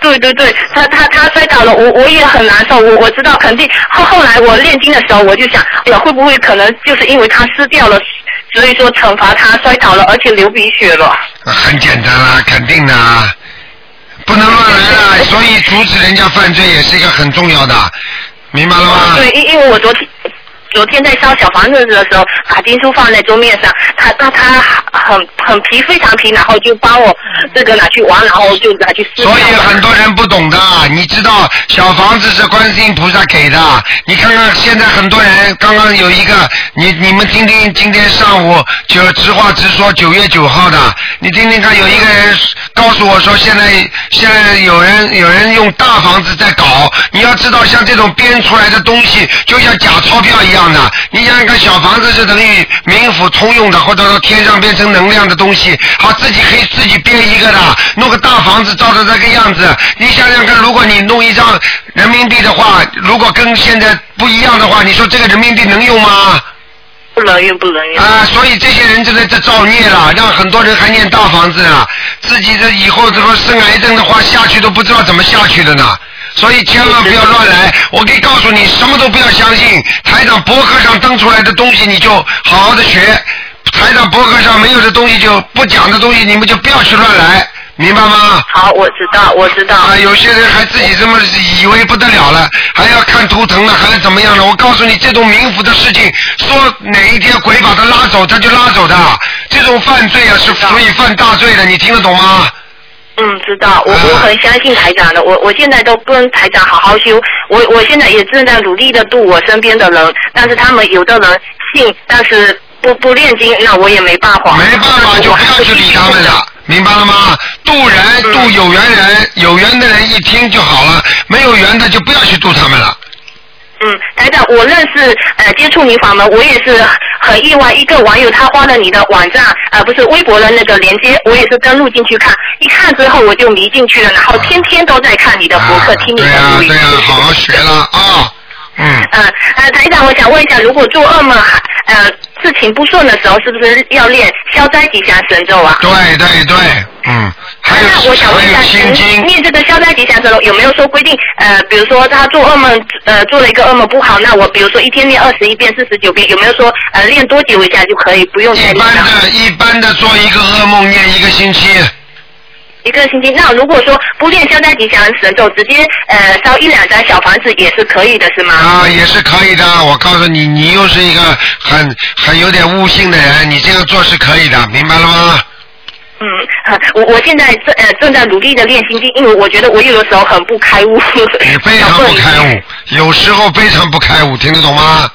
[SPEAKER 3] 对对对，他他他摔倒了，我我也很难受，我我知道肯定。后后来我念经的时候，我就想，哎呀，会不会可能就是因为他撕掉了，所以说惩罚他摔倒了，而且流鼻血了。
[SPEAKER 2] 很简单啦，肯定的啊，不能乱来啦。所
[SPEAKER 3] 啊
[SPEAKER 2] 以阻止人家犯罪也是一个很重要的，明白了吗？
[SPEAKER 3] 对，因因为我昨天昨天在烧小房子的时候，把经书放在桌面上，他他他很很皮，非常皮，然后就帮我这个拿去玩，然后就拿去撕掉
[SPEAKER 2] 所以很多人不懂的，你知道小房子是观世音菩萨给的。你看看现在很多人，刚刚有一个，你你们听听今天上午就直话直说九月九号的，你听听看，有一个人告诉我说现在现在有人有人用大房子在搞，你要知道像这种编出来的东西就像假钞票一样的，你想想看小房子是等于冥府通用的，或者说天上变成能量的东西，好自己可以自己编一个的，弄个大房子照着这个样子，你想想看，如果你弄一张人民币的话，如果跟现在不一样的话，你说这个人民币能用吗？
[SPEAKER 3] 不能用，不能用。
[SPEAKER 2] 啊，所以这些人就在这造孽了，让很多人还念大房子啊，自己这以后这个生癌症的话下去都不知道怎么下去的呢。所以千万不要乱来，我可以告诉你，什么都不要相信。台长博客上登出来的东西，你就好好的学；台长博客上没有的东西就不讲的东西，你们就不要去乱来，明白吗？
[SPEAKER 3] 好，我知道，我知道。
[SPEAKER 2] 啊，有些人还自己这么以为不得了了，还要看图腾呢，还要怎么样呢？我告诉你，这种冥府的事情，说哪一天鬼把他拉走，他就拉走的。这种犯罪啊，是属于犯大罪的，你听得懂吗？
[SPEAKER 3] 嗯，知道，我
[SPEAKER 2] 啊
[SPEAKER 3] 我很相信台长的，我我现在都跟台长好好修，我我现在也正在努力的度我身边的人，但是他们有的人信，但是不不念经，那我也没办法。
[SPEAKER 2] 没办法，就不要去理他们了，明白了吗？渡人
[SPEAKER 3] 嗯
[SPEAKER 2] 渡有缘人，有缘的人一听就好了，没有缘的就不要去渡他们了。
[SPEAKER 3] 嗯，台长，我认识呃接触你法门，我也是很意外，一个网友他花了你的网站呃不是微博的那个连接，我也是登录进去看，一看之后我就迷进去了，然后天天都在看你的博客，听你的录音。
[SPEAKER 2] 啊对啊呀、好好学了啊、嗯，
[SPEAKER 3] 嗯呃，台长，我想问一下，如果做噩梦还呃事情不顺的时候，是不是要练消灾吉祥神咒啊？
[SPEAKER 2] 对对对，嗯，还有
[SPEAKER 3] 那我想问一下，嗯
[SPEAKER 2] 还有心经
[SPEAKER 3] 您念这个消灾吉祥神咒有没有说规定？呃，比如说他做噩梦，呃，做了一个噩梦不好，那我比如说一天念二十一遍、四十九遍，有没有说呃练多久一下就可以，不用再
[SPEAKER 2] 一
[SPEAKER 3] 念
[SPEAKER 2] 般
[SPEAKER 3] 了？
[SPEAKER 2] 的一般的做一个噩梦念一个星期。
[SPEAKER 3] 一个星期。那如果说不练消灾吉祥神咒，直接呃烧一两张小房子也是可以的，是吗？
[SPEAKER 2] 啊，也是可以的。我告诉你，你又是一个很很有点悟性的人，你这样做是可以的，明白了吗？
[SPEAKER 3] 嗯，呃我我现在正呃正在努力的练心经，因为我觉得我有的时候很不开悟。
[SPEAKER 2] 你非常不开悟，有时候非常不开悟，听得懂吗？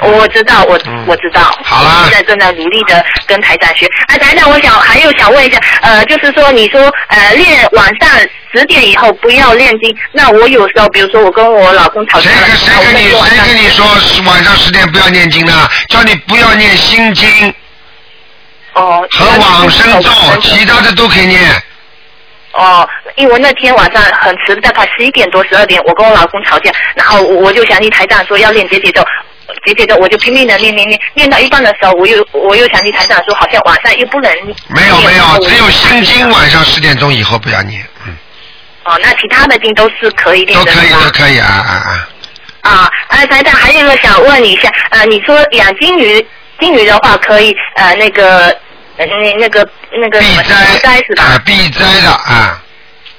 [SPEAKER 3] 哦我知道，我、
[SPEAKER 2] 嗯
[SPEAKER 3] 我知道。好啦。现在正在努力的跟台长学。哎、台长，我想还有想问一下，呃，就是说你说呃练晚上十点以后不要练经，那我有时候比如说我跟我老公吵架了，
[SPEAKER 2] 谁跟你谁跟
[SPEAKER 3] 哎
[SPEAKER 2] 你说是晚上十点不要念经的？叫你不要念心经。
[SPEAKER 3] 哦。
[SPEAKER 2] 和往生咒，其他的都可以念。
[SPEAKER 3] 哦，因为那天晚上很迟，大概十一点多、十二点，我跟我老公吵架，然后我我就想起台长说要练解解咒，解解咒，我就拼命的念念念，念到一半的时候，我又我又想起台长说好像晚上又不能
[SPEAKER 2] 没有没有，只有心经晚上十点钟以后不要念，嗯
[SPEAKER 3] 哦，那其他的经都是可以练
[SPEAKER 2] 都
[SPEAKER 3] 的，
[SPEAKER 2] 可以
[SPEAKER 3] 是吧
[SPEAKER 2] 都可以啊啊啊！
[SPEAKER 3] 啊，哎，台长，还有一个想问你一下，呃，你说养金鱼，金鱼的话可以呃那个呃那那个那个什么避灾是吧？
[SPEAKER 2] 啊，避灾的啊，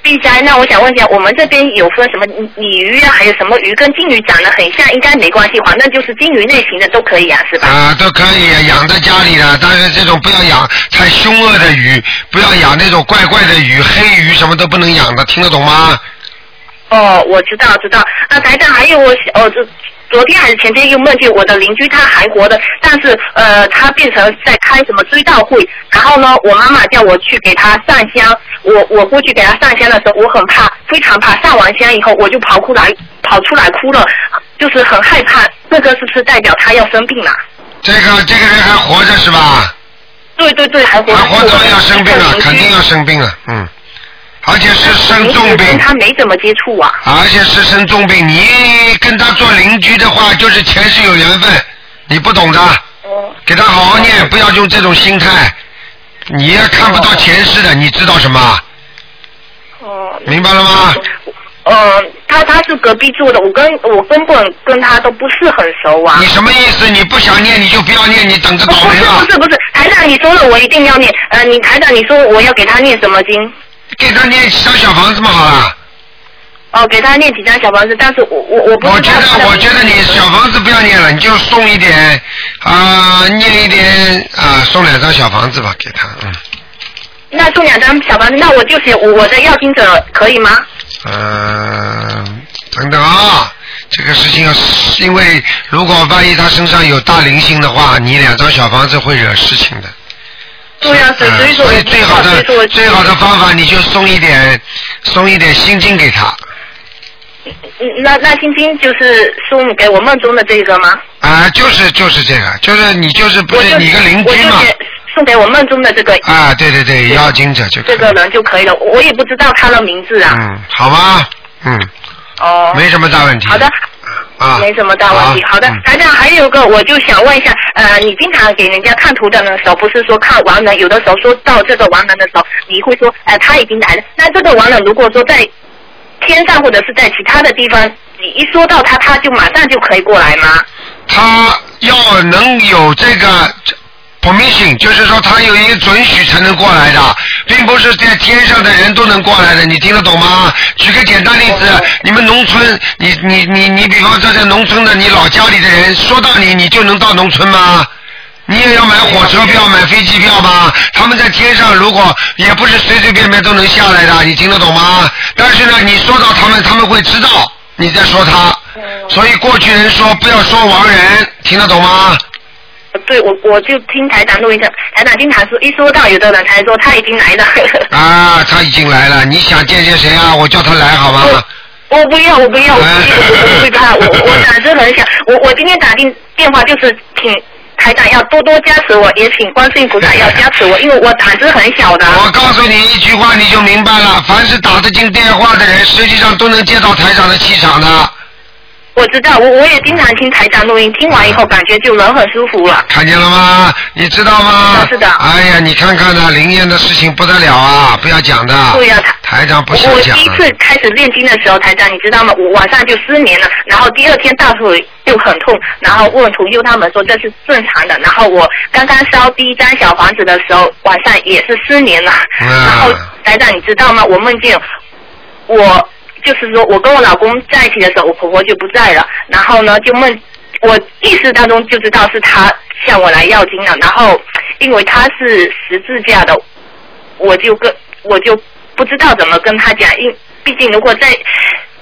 [SPEAKER 3] 避灾，那我想问一下，我们这边有分什么鲤鲤鱼啊，还有什么鱼跟金鱼长得很像，应该没关系，反正就是金鱼类型的都可以养是吧？
[SPEAKER 2] 啊，都可以养在家里的，但是这种不要养太凶恶的鱼，不要养那种怪怪的鱼，黑鱼什么都不能养的，听得懂吗？
[SPEAKER 3] 哦，我知道知道。啊，台长，还有我想哦，这昨天还是前天又梦见我的邻居，他还活的，但是呃，他变成在开什么追悼会，然后呢，我妈妈叫我去给他上香，我我过去给他上香的时候，我很怕，非常怕，上完香以后我就跑出来，跑出来哭了，就是很害怕，这个是不是代表他要生病了？
[SPEAKER 2] 这个这个人还活着是吧？
[SPEAKER 3] 对对对，还活着。
[SPEAKER 2] 活着啊要生病了，肯定要生病了，嗯，而且是生重病
[SPEAKER 3] 跟。他没怎么接触啊。
[SPEAKER 2] 而且是生重病，你跟他做邻居的话，就是前世有缘分，你不懂的，
[SPEAKER 3] 哦
[SPEAKER 2] 给他好好念，不要用这种心态。你也看不
[SPEAKER 3] 哦
[SPEAKER 2] 到前世的，你知道什么？
[SPEAKER 3] 哦
[SPEAKER 2] 明白了吗？
[SPEAKER 3] 呃，他他是隔壁住的，我跟我根本跟他都不是很熟啊。
[SPEAKER 2] 你什么意思？你不想念你就不要念，你等着倒霉吧。
[SPEAKER 3] 不是不是，台长你说了，我一定要念。呃，你台长你说我要给他念什么经？
[SPEAKER 2] 给他念小小房子嘛，好了。
[SPEAKER 3] 哦，给他念几张小房子，但是我我我不知道。
[SPEAKER 2] 我觉得，我觉得你小房子不要念了，你就送一点啊、念一点啊、送两张小房子吧，给他，嗯，
[SPEAKER 3] 那送两张小房子，那我就写我的要经者可以吗？
[SPEAKER 2] 呃，等等啊，这个事情要是，因为如果万一他身上有大灵性的话，你两张小房子会惹事情的。
[SPEAKER 3] 对呀、所以所以说我
[SPEAKER 2] 嗯所以
[SPEAKER 3] 不知
[SPEAKER 2] 最
[SPEAKER 3] 道
[SPEAKER 2] 好
[SPEAKER 3] 所以说我
[SPEAKER 2] 的最好的方法，你就送一点送一点心经给他
[SPEAKER 3] 嗯那那晶晶就是送给我梦中的这个吗？
[SPEAKER 2] 啊，就是就是这个，就是你就是不
[SPEAKER 3] 我
[SPEAKER 2] 是
[SPEAKER 3] 就
[SPEAKER 2] 你一个邻
[SPEAKER 3] 我
[SPEAKER 2] 居
[SPEAKER 3] 就
[SPEAKER 2] 嘛
[SPEAKER 3] 写送给我梦中的这个
[SPEAKER 2] 啊，对对对，要经者就可以
[SPEAKER 3] 这个人就可以了，我我也不知道他的名字啊。
[SPEAKER 2] 嗯，好吧，嗯，
[SPEAKER 3] 哦，
[SPEAKER 2] 没什么大问题
[SPEAKER 3] 好的，
[SPEAKER 2] 啊，嗯
[SPEAKER 3] 没什么大问题。好的，台长，还有一个我就想问一下，呃，你经常给人家看图的时候，不是说看亡人，有的时候说到这个亡人的时候，你会说，呃，他已经来了。那这个亡人如果说在天上或者是在其他的地方，你一说到他，他就马上就可以过来吗？
[SPEAKER 2] 他要能有这个 permission，就是说他有一个准许才能过来的，并不是在天上的人都能过来的，你听得懂吗？举个简单例子，你们农村，你你你你，比方说在农村的你老家里的人，说到你，你就能到农村吗？你也要买火车票、买飞机票吧？他们在天上，如果也不是随随便便都能下来的，你听得懂吗？但是呢，你说到他们，他们会知道你在说他，所以过去人说不要说亡人，听得懂吗？
[SPEAKER 3] 对，我我就听台长录音的，台长经常说，一说到有的人才说他已经来了。
[SPEAKER 2] 啊，他已经来了，你想见见谁啊？我叫他来好吗？
[SPEAKER 3] 我不要，我不要，我
[SPEAKER 2] 哎
[SPEAKER 3] 不我不 会怕，我我打真很想，我我今天打进电话就是请台长要多多加持我，也请观世音菩萨要加
[SPEAKER 2] 哎
[SPEAKER 3] 持我，因为我胆子很小的。
[SPEAKER 2] 我告诉你一句话你就明白了，凡是打得进电话的人，实际上都能见到台长的气场的，
[SPEAKER 3] 我知道，我我也经常听台长录音，听完以后感觉就人很舒服了。
[SPEAKER 2] 看见了吗？你知道吗？是的。哎呀，你看看呢，灵验的事情不得了啊，不要讲的。
[SPEAKER 3] 对呀
[SPEAKER 2] 台长不
[SPEAKER 3] 我
[SPEAKER 2] 想
[SPEAKER 3] 我
[SPEAKER 2] 讲啊
[SPEAKER 3] 第一
[SPEAKER 2] 的。
[SPEAKER 3] 次开始念经的时候，台长，你知道吗？我晚上就失眠了，然后第二天大腿就很痛，然后问同修他们说这是正常的。然后我刚刚烧第一张小房子的时候，晚上也是失眠了。然后台长，你知道吗？我梦见我就是说我跟我老公在一起的时候，我婆婆就不在了，然后呢就梦。我意识当中就知道是他向我来要经了，然后因为他是十字架的，我就跟我就不知道怎么跟他讲，因毕竟如果在，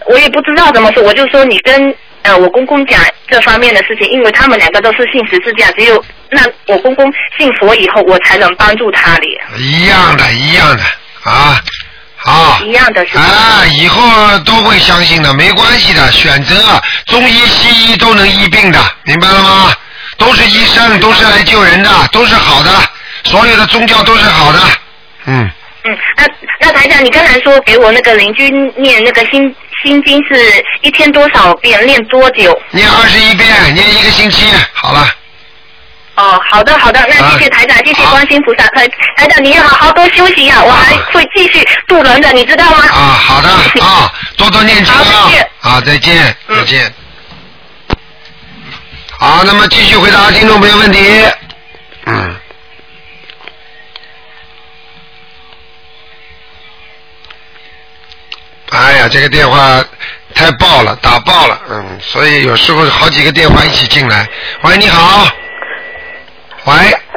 [SPEAKER 3] 我也不知道怎么说，我就说你跟呃我公公讲这方面的事情，因为他们两个都是信十字架，只有那我公公信佛以后，我才能帮助他哩，
[SPEAKER 2] 一样的，一样的啊，好。
[SPEAKER 3] 一样的是吧？
[SPEAKER 2] 啊，以后都会相信的，没关系的。选择中医、西医都能医病的，明白了吗？都是医生，都是来救人的，都是好的。所有的宗教都是好的。嗯，
[SPEAKER 3] 嗯，那那台长，你刚才说给我那个邻居念那个心心经是一天多少遍，念多久？
[SPEAKER 2] 念二十一遍，念一个星期，好了。
[SPEAKER 3] 哦，好的好的，
[SPEAKER 2] 啊
[SPEAKER 3] 那谢谢台长，谢谢观世音菩萨，台台长你要好好多休息呀、我还会继续渡人的，你知道吗？
[SPEAKER 2] 啊，好的啊，多多念经啊。啊，再见，再见。好，那么继续回答听众朋友问题。嗯。哎呀，这个电话太爆了，打爆了，嗯，所以有时候好几个电话一起进来。喂，你好。喂，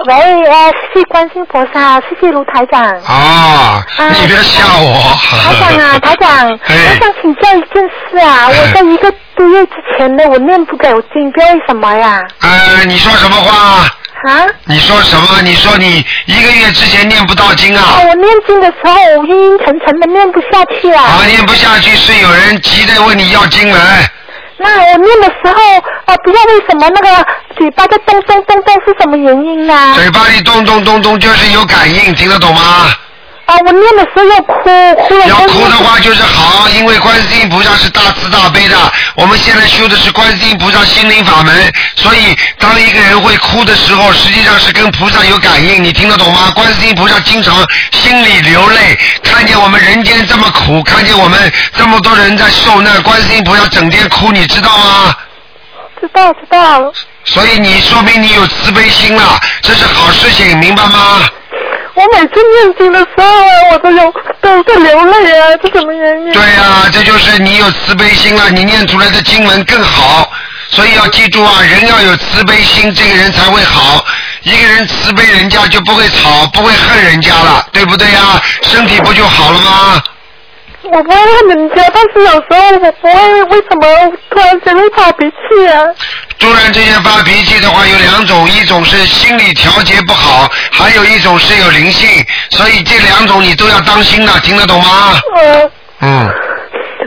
[SPEAKER 11] 喂，呃，谢谢观世音菩萨，谢谢卢 台长。
[SPEAKER 2] 啊，你别吓我。
[SPEAKER 11] 嗯台长 啊，台长，
[SPEAKER 2] 哎
[SPEAKER 11] 我想请教一件事啊，我在一个多月之前呢，我念不给我经，为什么呀？
[SPEAKER 2] 呃，你说什么话？
[SPEAKER 11] 啊？
[SPEAKER 2] 你说什么？你说你一个月之前念不到经啊？
[SPEAKER 11] 我念经的时候，我晕晕沉沉的，念不下去啊。
[SPEAKER 2] 啊，念不下去是有人急着问你要经文，
[SPEAKER 11] 那我念的时候，呃，不知道为什么那个嘴巴在动动动动是什么原因啊？
[SPEAKER 2] 嘴巴里咚咚咚咚就是有感应，听得懂吗？
[SPEAKER 11] 啊，我念的时候要哭，哭了
[SPEAKER 2] 要哭的话就是好，因为观世音菩萨是大慈大悲的。我们现在修的是观世音菩萨心灵法门，所以当一个人会哭的时候，实际上是跟菩萨有感应，你听得懂吗？观世音菩萨经常心里流泪，看见我们人间这么苦，看见我们这么多人在受难，观世音菩萨整天哭，你知道吗？
[SPEAKER 11] 知道知道。
[SPEAKER 2] 所以你说明你有慈悲心了，这是好事情，明白吗？
[SPEAKER 11] 我我每次念经的时候啊，我都有都在流泪啊，这什么原因？
[SPEAKER 2] 对呀、这就是你有慈悲心了，你念出来的经文更好。所以要记住啊，人要有慈悲心，这个人才会好。一个人慈悲人家就不会吵，不会恨人家了，对不对呀、身体不就好了吗？
[SPEAKER 11] 我不会恨人家，但是有时候我不会，为什么突然间会发脾气啊？
[SPEAKER 2] 突然之间发脾气的话，有两种，一种是心理调节不好，还有一种是有灵性，所以这两种你都要当心的，听得懂吗？
[SPEAKER 11] 呃，
[SPEAKER 2] 嗯。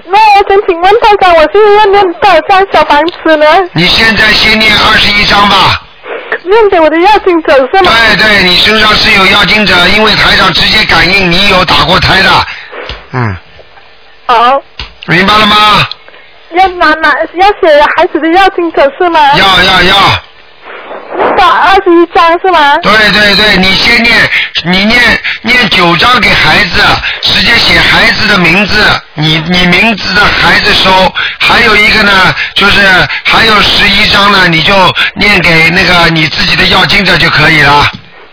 [SPEAKER 11] 那我想请问大家，我是要念多少张小房子呢？
[SPEAKER 2] 你现在先念二十一章吧。
[SPEAKER 11] 念给我的要经者是吗？
[SPEAKER 2] 对对，你身上是有要经者，因为台长直接感应你有打过胎的，嗯，
[SPEAKER 11] 好，
[SPEAKER 2] 明白了吗？
[SPEAKER 11] 啊要拿拿要写孩子的要经者是吗？
[SPEAKER 2] 要要要。
[SPEAKER 11] 打二十一张是吗？
[SPEAKER 2] 对对对，你先念，你念念九章给孩子，直接写孩子的名字，你你名字的孩子收。还有一个呢，就是还有十一章呢，你就念给那个你自己的要经者就可以了。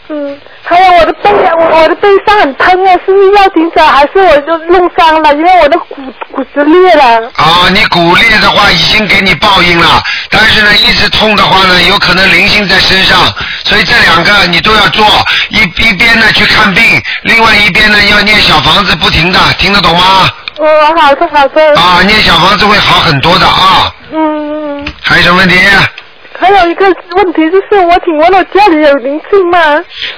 [SPEAKER 11] 嗯，还有我的背啊，我我的背上很疼啊，是不是要经者还是我就弄伤了？因为我的骨骨折裂了。
[SPEAKER 2] 啊，你骨裂的话已经给你报应了，但是呢，一直痛的话呢，有可能灵性在身上，所以这两个你都要做，一一边呢去看病，另外一边呢要念小房子不停的，听得懂吗？
[SPEAKER 11] 哦，好的好的。
[SPEAKER 2] 啊，念小房子会好很多的啊。
[SPEAKER 11] 嗯，嗯
[SPEAKER 2] 还有什么问题？
[SPEAKER 11] 还有一个问题就是，我请问我家里有灵性吗？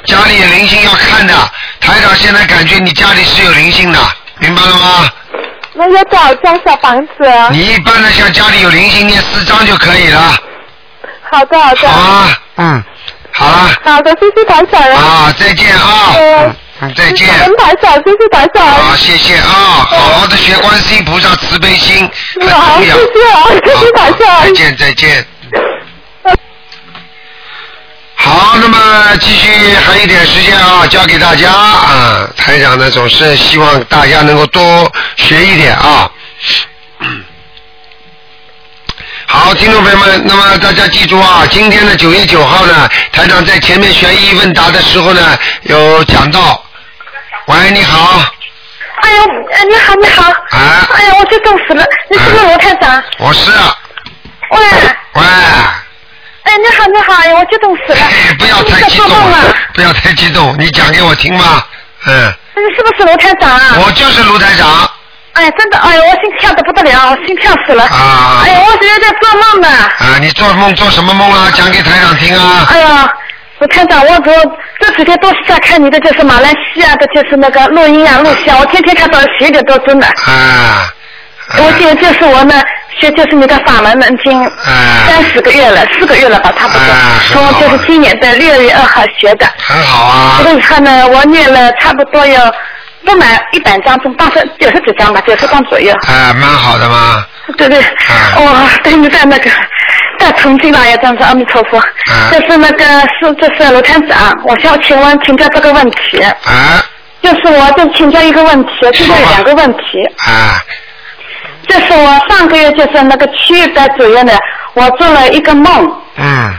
[SPEAKER 2] 家里有灵性要看的，台长现在感觉你家里是有灵性的，明白了吗？
[SPEAKER 11] 那要多少张小房子啊？
[SPEAKER 2] 你一般的像家里有灵性念四张就可以了。
[SPEAKER 11] 好的好的。
[SPEAKER 2] 好啊，嗯，好了。
[SPEAKER 11] 好的，谢谢台长啊。
[SPEAKER 2] 啊，再见啊。
[SPEAKER 11] 嗯，
[SPEAKER 2] 嗯再见。
[SPEAKER 11] 感恩台长，谢谢台长。
[SPEAKER 2] 好，谢谢啊，好好的学观世音菩萨慈悲心，很
[SPEAKER 11] 好，
[SPEAKER 2] 重
[SPEAKER 11] 谢
[SPEAKER 2] 要。
[SPEAKER 11] 谢啊，谢谢台
[SPEAKER 2] 再
[SPEAKER 11] 长。
[SPEAKER 2] 见，再见。好，那么继续还有一点时间啊，交给大家啊。台长呢，总是希望大家能够多学一点啊。好，听众朋友们，那么大家记住啊，今天的九月九号呢，台长在前面悬疑问答的时候呢，有讲到。喂，你好，
[SPEAKER 3] 哎呀，哎你好，你好。
[SPEAKER 2] 啊。
[SPEAKER 3] 哎呀，我激冻死了！你是不是罗探长？
[SPEAKER 2] 我是啊
[SPEAKER 3] 喂。
[SPEAKER 2] 喂。
[SPEAKER 3] 哎，你好，你好！哎呀，我激动死了。
[SPEAKER 2] 不要太激动
[SPEAKER 3] 啊
[SPEAKER 2] 了，不要太激动，你讲给我听嘛。嗯，
[SPEAKER 3] 哎你是不是罗探长啊？
[SPEAKER 2] 我就是卢台长。
[SPEAKER 3] 哎，真的，哎呀，我心跳的不得了，我心跳死了。
[SPEAKER 2] 啊。
[SPEAKER 3] 哎呀，我现在在做梦呢。
[SPEAKER 2] 啊，你做梦做什么梦啊？讲给台长听啊！
[SPEAKER 3] 哎呀，我看长，我我这几天都是在看你的，就是马来西亚的，就是那个录音啊、录像，我天天看到十一点多钟的。
[SPEAKER 2] 啊。
[SPEAKER 3] 哎我现在就是我呢，学就是你的法门已经
[SPEAKER 2] 啊
[SPEAKER 3] 三十个月了，四个月了吧，差不多。从就是今年的六月二号学的。
[SPEAKER 2] 很好啊。
[SPEAKER 3] 所以看呢，我念了差不多有不满一百张，从八十九十几张吧，九十张左右。
[SPEAKER 2] 哎，蛮好的嘛。
[SPEAKER 3] 对对，我对你在那个大崇敬老爷真是阿弥陀佛。这是那个是这是卢探长，我想请问请教这个问题。
[SPEAKER 2] 啊。
[SPEAKER 3] 就是我就请教一个问题，现在有两个问题。
[SPEAKER 2] 啊。
[SPEAKER 3] 就是我上个月就是那个七月的左右呢，我做了一个梦，
[SPEAKER 2] 嗯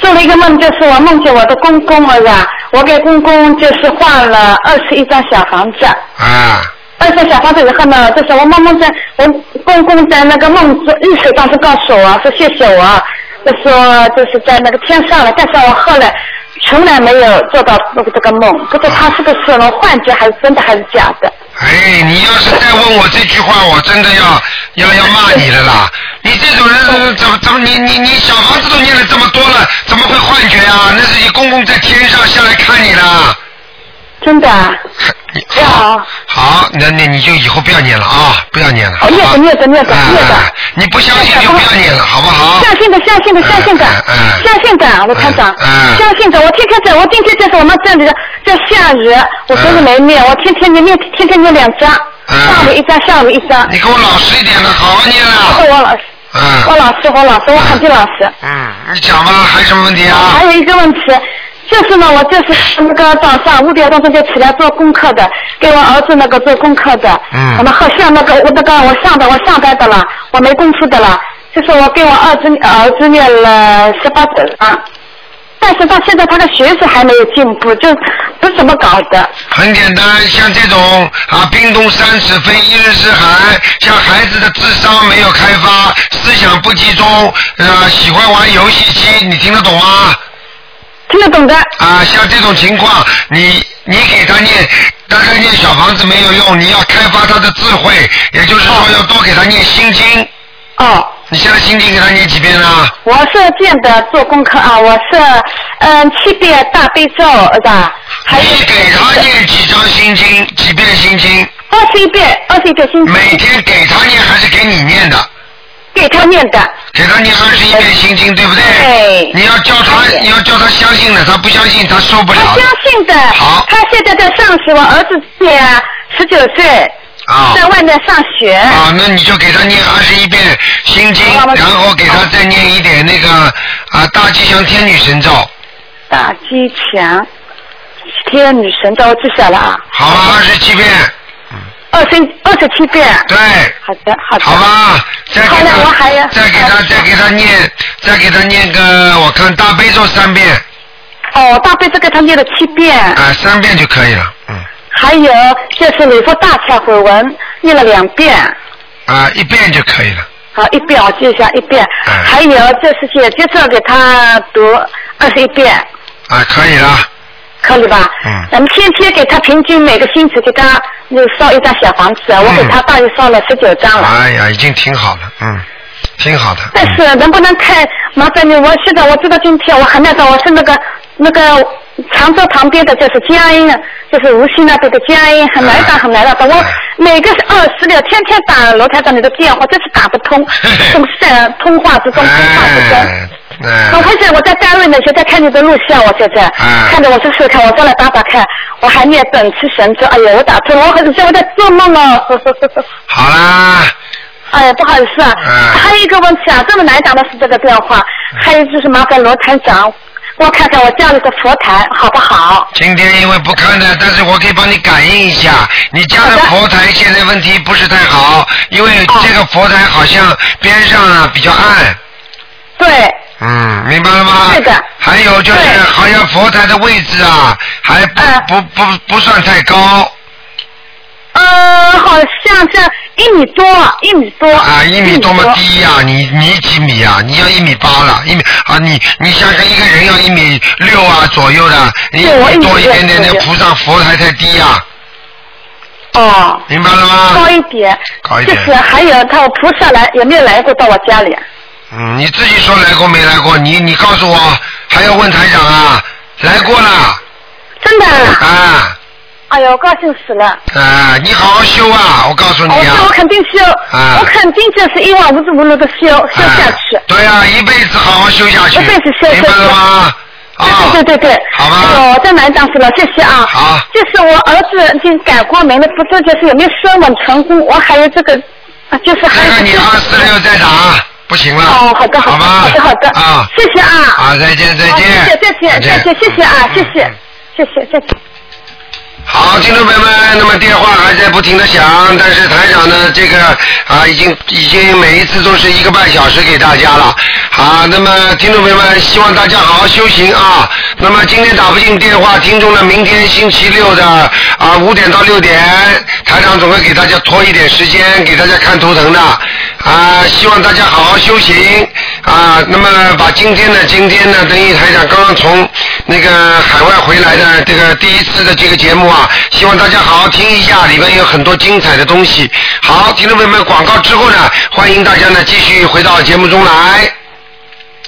[SPEAKER 3] 做了一个梦，就是我梦见我的公公了呀，我给公公就是画了二十一张小房子。
[SPEAKER 2] 啊
[SPEAKER 3] 二十小房子以后呢，就是我梦梦在，我公公在那个梦中意识当中告诉我说谢谢我，就说就是在那个天上了，但是我后来从来没有做到那个这个梦，不知道他是不是我幻觉还是真的还是假的。
[SPEAKER 2] 哎，你要是再问我这句话，我真的要要要骂你了啦！你这种人怎么怎么你你你小房子都念了这么多了，怎么会幻觉啊？那是你公公在天上下来看你了。
[SPEAKER 3] 真的、啊。
[SPEAKER 2] 好。好，那那你就以后不要念了啊，不要念了。哎
[SPEAKER 3] 哦，念着念着念着念着，
[SPEAKER 2] 你不相信就不要念了，好不好？哎
[SPEAKER 3] 相信的相信的相信的相信的，我团长，相信的，我天天在，我今天就是我们这里的在下雨，我昨天没
[SPEAKER 2] 哎
[SPEAKER 3] 念，我天天念念天天念两张，上午一张，下午一张。啊
[SPEAKER 2] 你给我老实一点了，好啊好念了。
[SPEAKER 3] 我老实，我老实，我老实，我肯定老实。
[SPEAKER 2] 嗯，哎你讲吧，还有什么问题啊？
[SPEAKER 3] 还有一个问题，就是呢，我就是那个早上五点多钟就起来做功课的，给我儿子那个做功课的。
[SPEAKER 2] 嗯
[SPEAKER 3] 我们好像那个我那个我上的我上班的了，我呃没功夫的了，就是我给我儿子儿子念了十八章。啊但是到现在他的学识还没有进步，就不怎么搞的。
[SPEAKER 2] 很简单，像这种啊，冰冻三尺非一日之寒，像孩子的智商没有开发，思想不集中，呃，喜欢玩游戏机，你听得懂吗？
[SPEAKER 3] 听得懂的。
[SPEAKER 2] 啊，像这种情况，你你给他念，大概念小房子没有用，你要开发他的智慧，也就是说要多给他念心经。
[SPEAKER 3] 哦。
[SPEAKER 2] 你现在心经给他念几遍啊？
[SPEAKER 3] 我是这样的做功课啊，我是嗯七遍大悲咒是吧？还有
[SPEAKER 2] 你给他念几张心经，几遍心经？
[SPEAKER 3] 二十一遍，二十一遍心经。
[SPEAKER 2] 每天给他念还是给你念的？
[SPEAKER 3] 给他念的。
[SPEAKER 2] 给他念二十一遍心经，对不对？
[SPEAKER 3] 对。
[SPEAKER 2] 你要叫他，你要叫他相信的，他不相信他受不了。
[SPEAKER 3] 他相信的。
[SPEAKER 2] 好。
[SPEAKER 3] 他现在在上学，我儿子也十九岁。
[SPEAKER 2] 啊
[SPEAKER 3] 在外面上学。
[SPEAKER 2] 啊，那你就给他念二十一遍心经，然后给他再念一点那个啊大吉祥天女神咒。
[SPEAKER 3] 大吉祥，天女神咒我记下了啊。
[SPEAKER 2] 好吧，二十七遍。
[SPEAKER 3] 二十二十七遍。
[SPEAKER 2] 对。
[SPEAKER 3] 好的，好的。
[SPEAKER 2] 好吧，再给
[SPEAKER 3] 好的
[SPEAKER 2] 他，
[SPEAKER 3] 我还要
[SPEAKER 2] 再给他，再给他念，再给他念个，我看大悲咒三遍，
[SPEAKER 3] 哦，大悲咒给他念了七遍，
[SPEAKER 2] 啊，三遍就可以了，
[SPEAKER 3] 还有就是礼佛大忏悔文念了两遍，
[SPEAKER 2] 啊，一遍就可以了。
[SPEAKER 3] 好一遍我记一下一遍，
[SPEAKER 2] 哎
[SPEAKER 3] 还有就是写接着给他读二十一遍，
[SPEAKER 2] 啊，可以了，
[SPEAKER 3] 可以吧？
[SPEAKER 2] 嗯。
[SPEAKER 3] 咱们天天给他平均每个星期给他那烧一张小房子，啊我给他大约烧了十九张了。
[SPEAKER 2] 哎呀，已经挺好了，嗯，挺好的。
[SPEAKER 3] 但是能不能看？麻烦你，我现在我知道今天我很那个，我是那个那个常州旁边的，就是江阴，就是无锡那边的江阴，很难打，很难打的。我每个是二十六，天天打罗台长你的电话，就是打不通，总是在通话之中，通话之中。
[SPEAKER 2] 哎，
[SPEAKER 3] 我发哦现我在单位呢，现在看你的录像，我现在、看着我试试看，我再来打打看，我还念本期神咒，哎呀，我打通了，我很像我在做梦了。
[SPEAKER 2] 好啦。
[SPEAKER 3] 哎呀，不好意思啊，
[SPEAKER 2] 哎
[SPEAKER 3] 还有一个问题啊，这么难打的是这个电话，还有就是麻烦罗台长，我看看我家里的佛台好不好？
[SPEAKER 2] 今天因为不看的，但是我可以帮你感应一下，你家的佛台现在问题不是太好，因为这个佛台好像边上啊比较暗。
[SPEAKER 3] 对。
[SPEAKER 2] 嗯，明白了吗？
[SPEAKER 3] 是的。
[SPEAKER 2] 还有就是，好像佛台的位置啊，还不、
[SPEAKER 3] 嗯
[SPEAKER 2] 不不不算太高。
[SPEAKER 3] 呃，好像是一米多，一米多。
[SPEAKER 2] 啊，一米多么低呀、你你几米啊？你要一米八了，一米啊，你你想想一个人要一米六啊左右的，你
[SPEAKER 3] 对我一米
[SPEAKER 2] 多一
[SPEAKER 3] 六
[SPEAKER 2] 点点，
[SPEAKER 3] 左
[SPEAKER 2] 那
[SPEAKER 3] 右
[SPEAKER 2] 菩萨佛台太低呀、
[SPEAKER 3] 哦。
[SPEAKER 2] 明白了吗？
[SPEAKER 3] 高一点。
[SPEAKER 2] 高一
[SPEAKER 3] 就
[SPEAKER 2] 点
[SPEAKER 3] 是还有他我菩萨来也没有来过到我家里。
[SPEAKER 2] 嗯，你自己说来过没来过？你你告诉我，还要问台长啊？来过了。
[SPEAKER 3] 真的。
[SPEAKER 2] 啊
[SPEAKER 3] 哎呀，我高兴死了！
[SPEAKER 2] 啊！你好好修啊！我告诉你
[SPEAKER 3] 我
[SPEAKER 2] 啊
[SPEAKER 3] 哦说我，肯定修，
[SPEAKER 2] 啊
[SPEAKER 3] 我肯定就是一往无无路的修修
[SPEAKER 2] 哎
[SPEAKER 3] 下去。
[SPEAKER 2] 对啊，一辈子好好修下去，
[SPEAKER 3] 一辈子修
[SPEAKER 2] 明白了吗？
[SPEAKER 3] 对对对对，
[SPEAKER 2] 哦好吧
[SPEAKER 3] 哎呦，真难当死了，谢谢啊。
[SPEAKER 2] 好。
[SPEAKER 3] 就是我儿子已经改过名了，不知就是有没有升稳成功，我还有这个，啊就是还有这个。
[SPEAKER 2] 二四六再打，不行了。
[SPEAKER 3] 哦，好的，好的，好的，好的，
[SPEAKER 2] 啊，
[SPEAKER 3] 谢谢啊。
[SPEAKER 2] 好，再见再
[SPEAKER 3] 好谢
[SPEAKER 2] 见嗯
[SPEAKER 3] 谢，再见，再见，谢谢啊，谢谢，谢谢，再见。
[SPEAKER 2] 好，听众朋友们，那么电话还在不停的响，但是台长呢，这个啊，已经已经每一次都是一个半小时给大家了。好，那么听众朋友们，希望大家好好修行啊。那么今天打不进电话，听众呢，明天星期六的啊五点到六点，台长总会给大家拖一点时间，给大家看图腾的啊。希望大家好好修行啊。那么把今天的今天呢，等于台长刚刚从那个海外回来的这个第一次的这个节目啊，希望大家好好听一下，里面有很多精彩的东西。好，听众朋友们，广告之后呢，欢迎大家呢继续回到节目中来。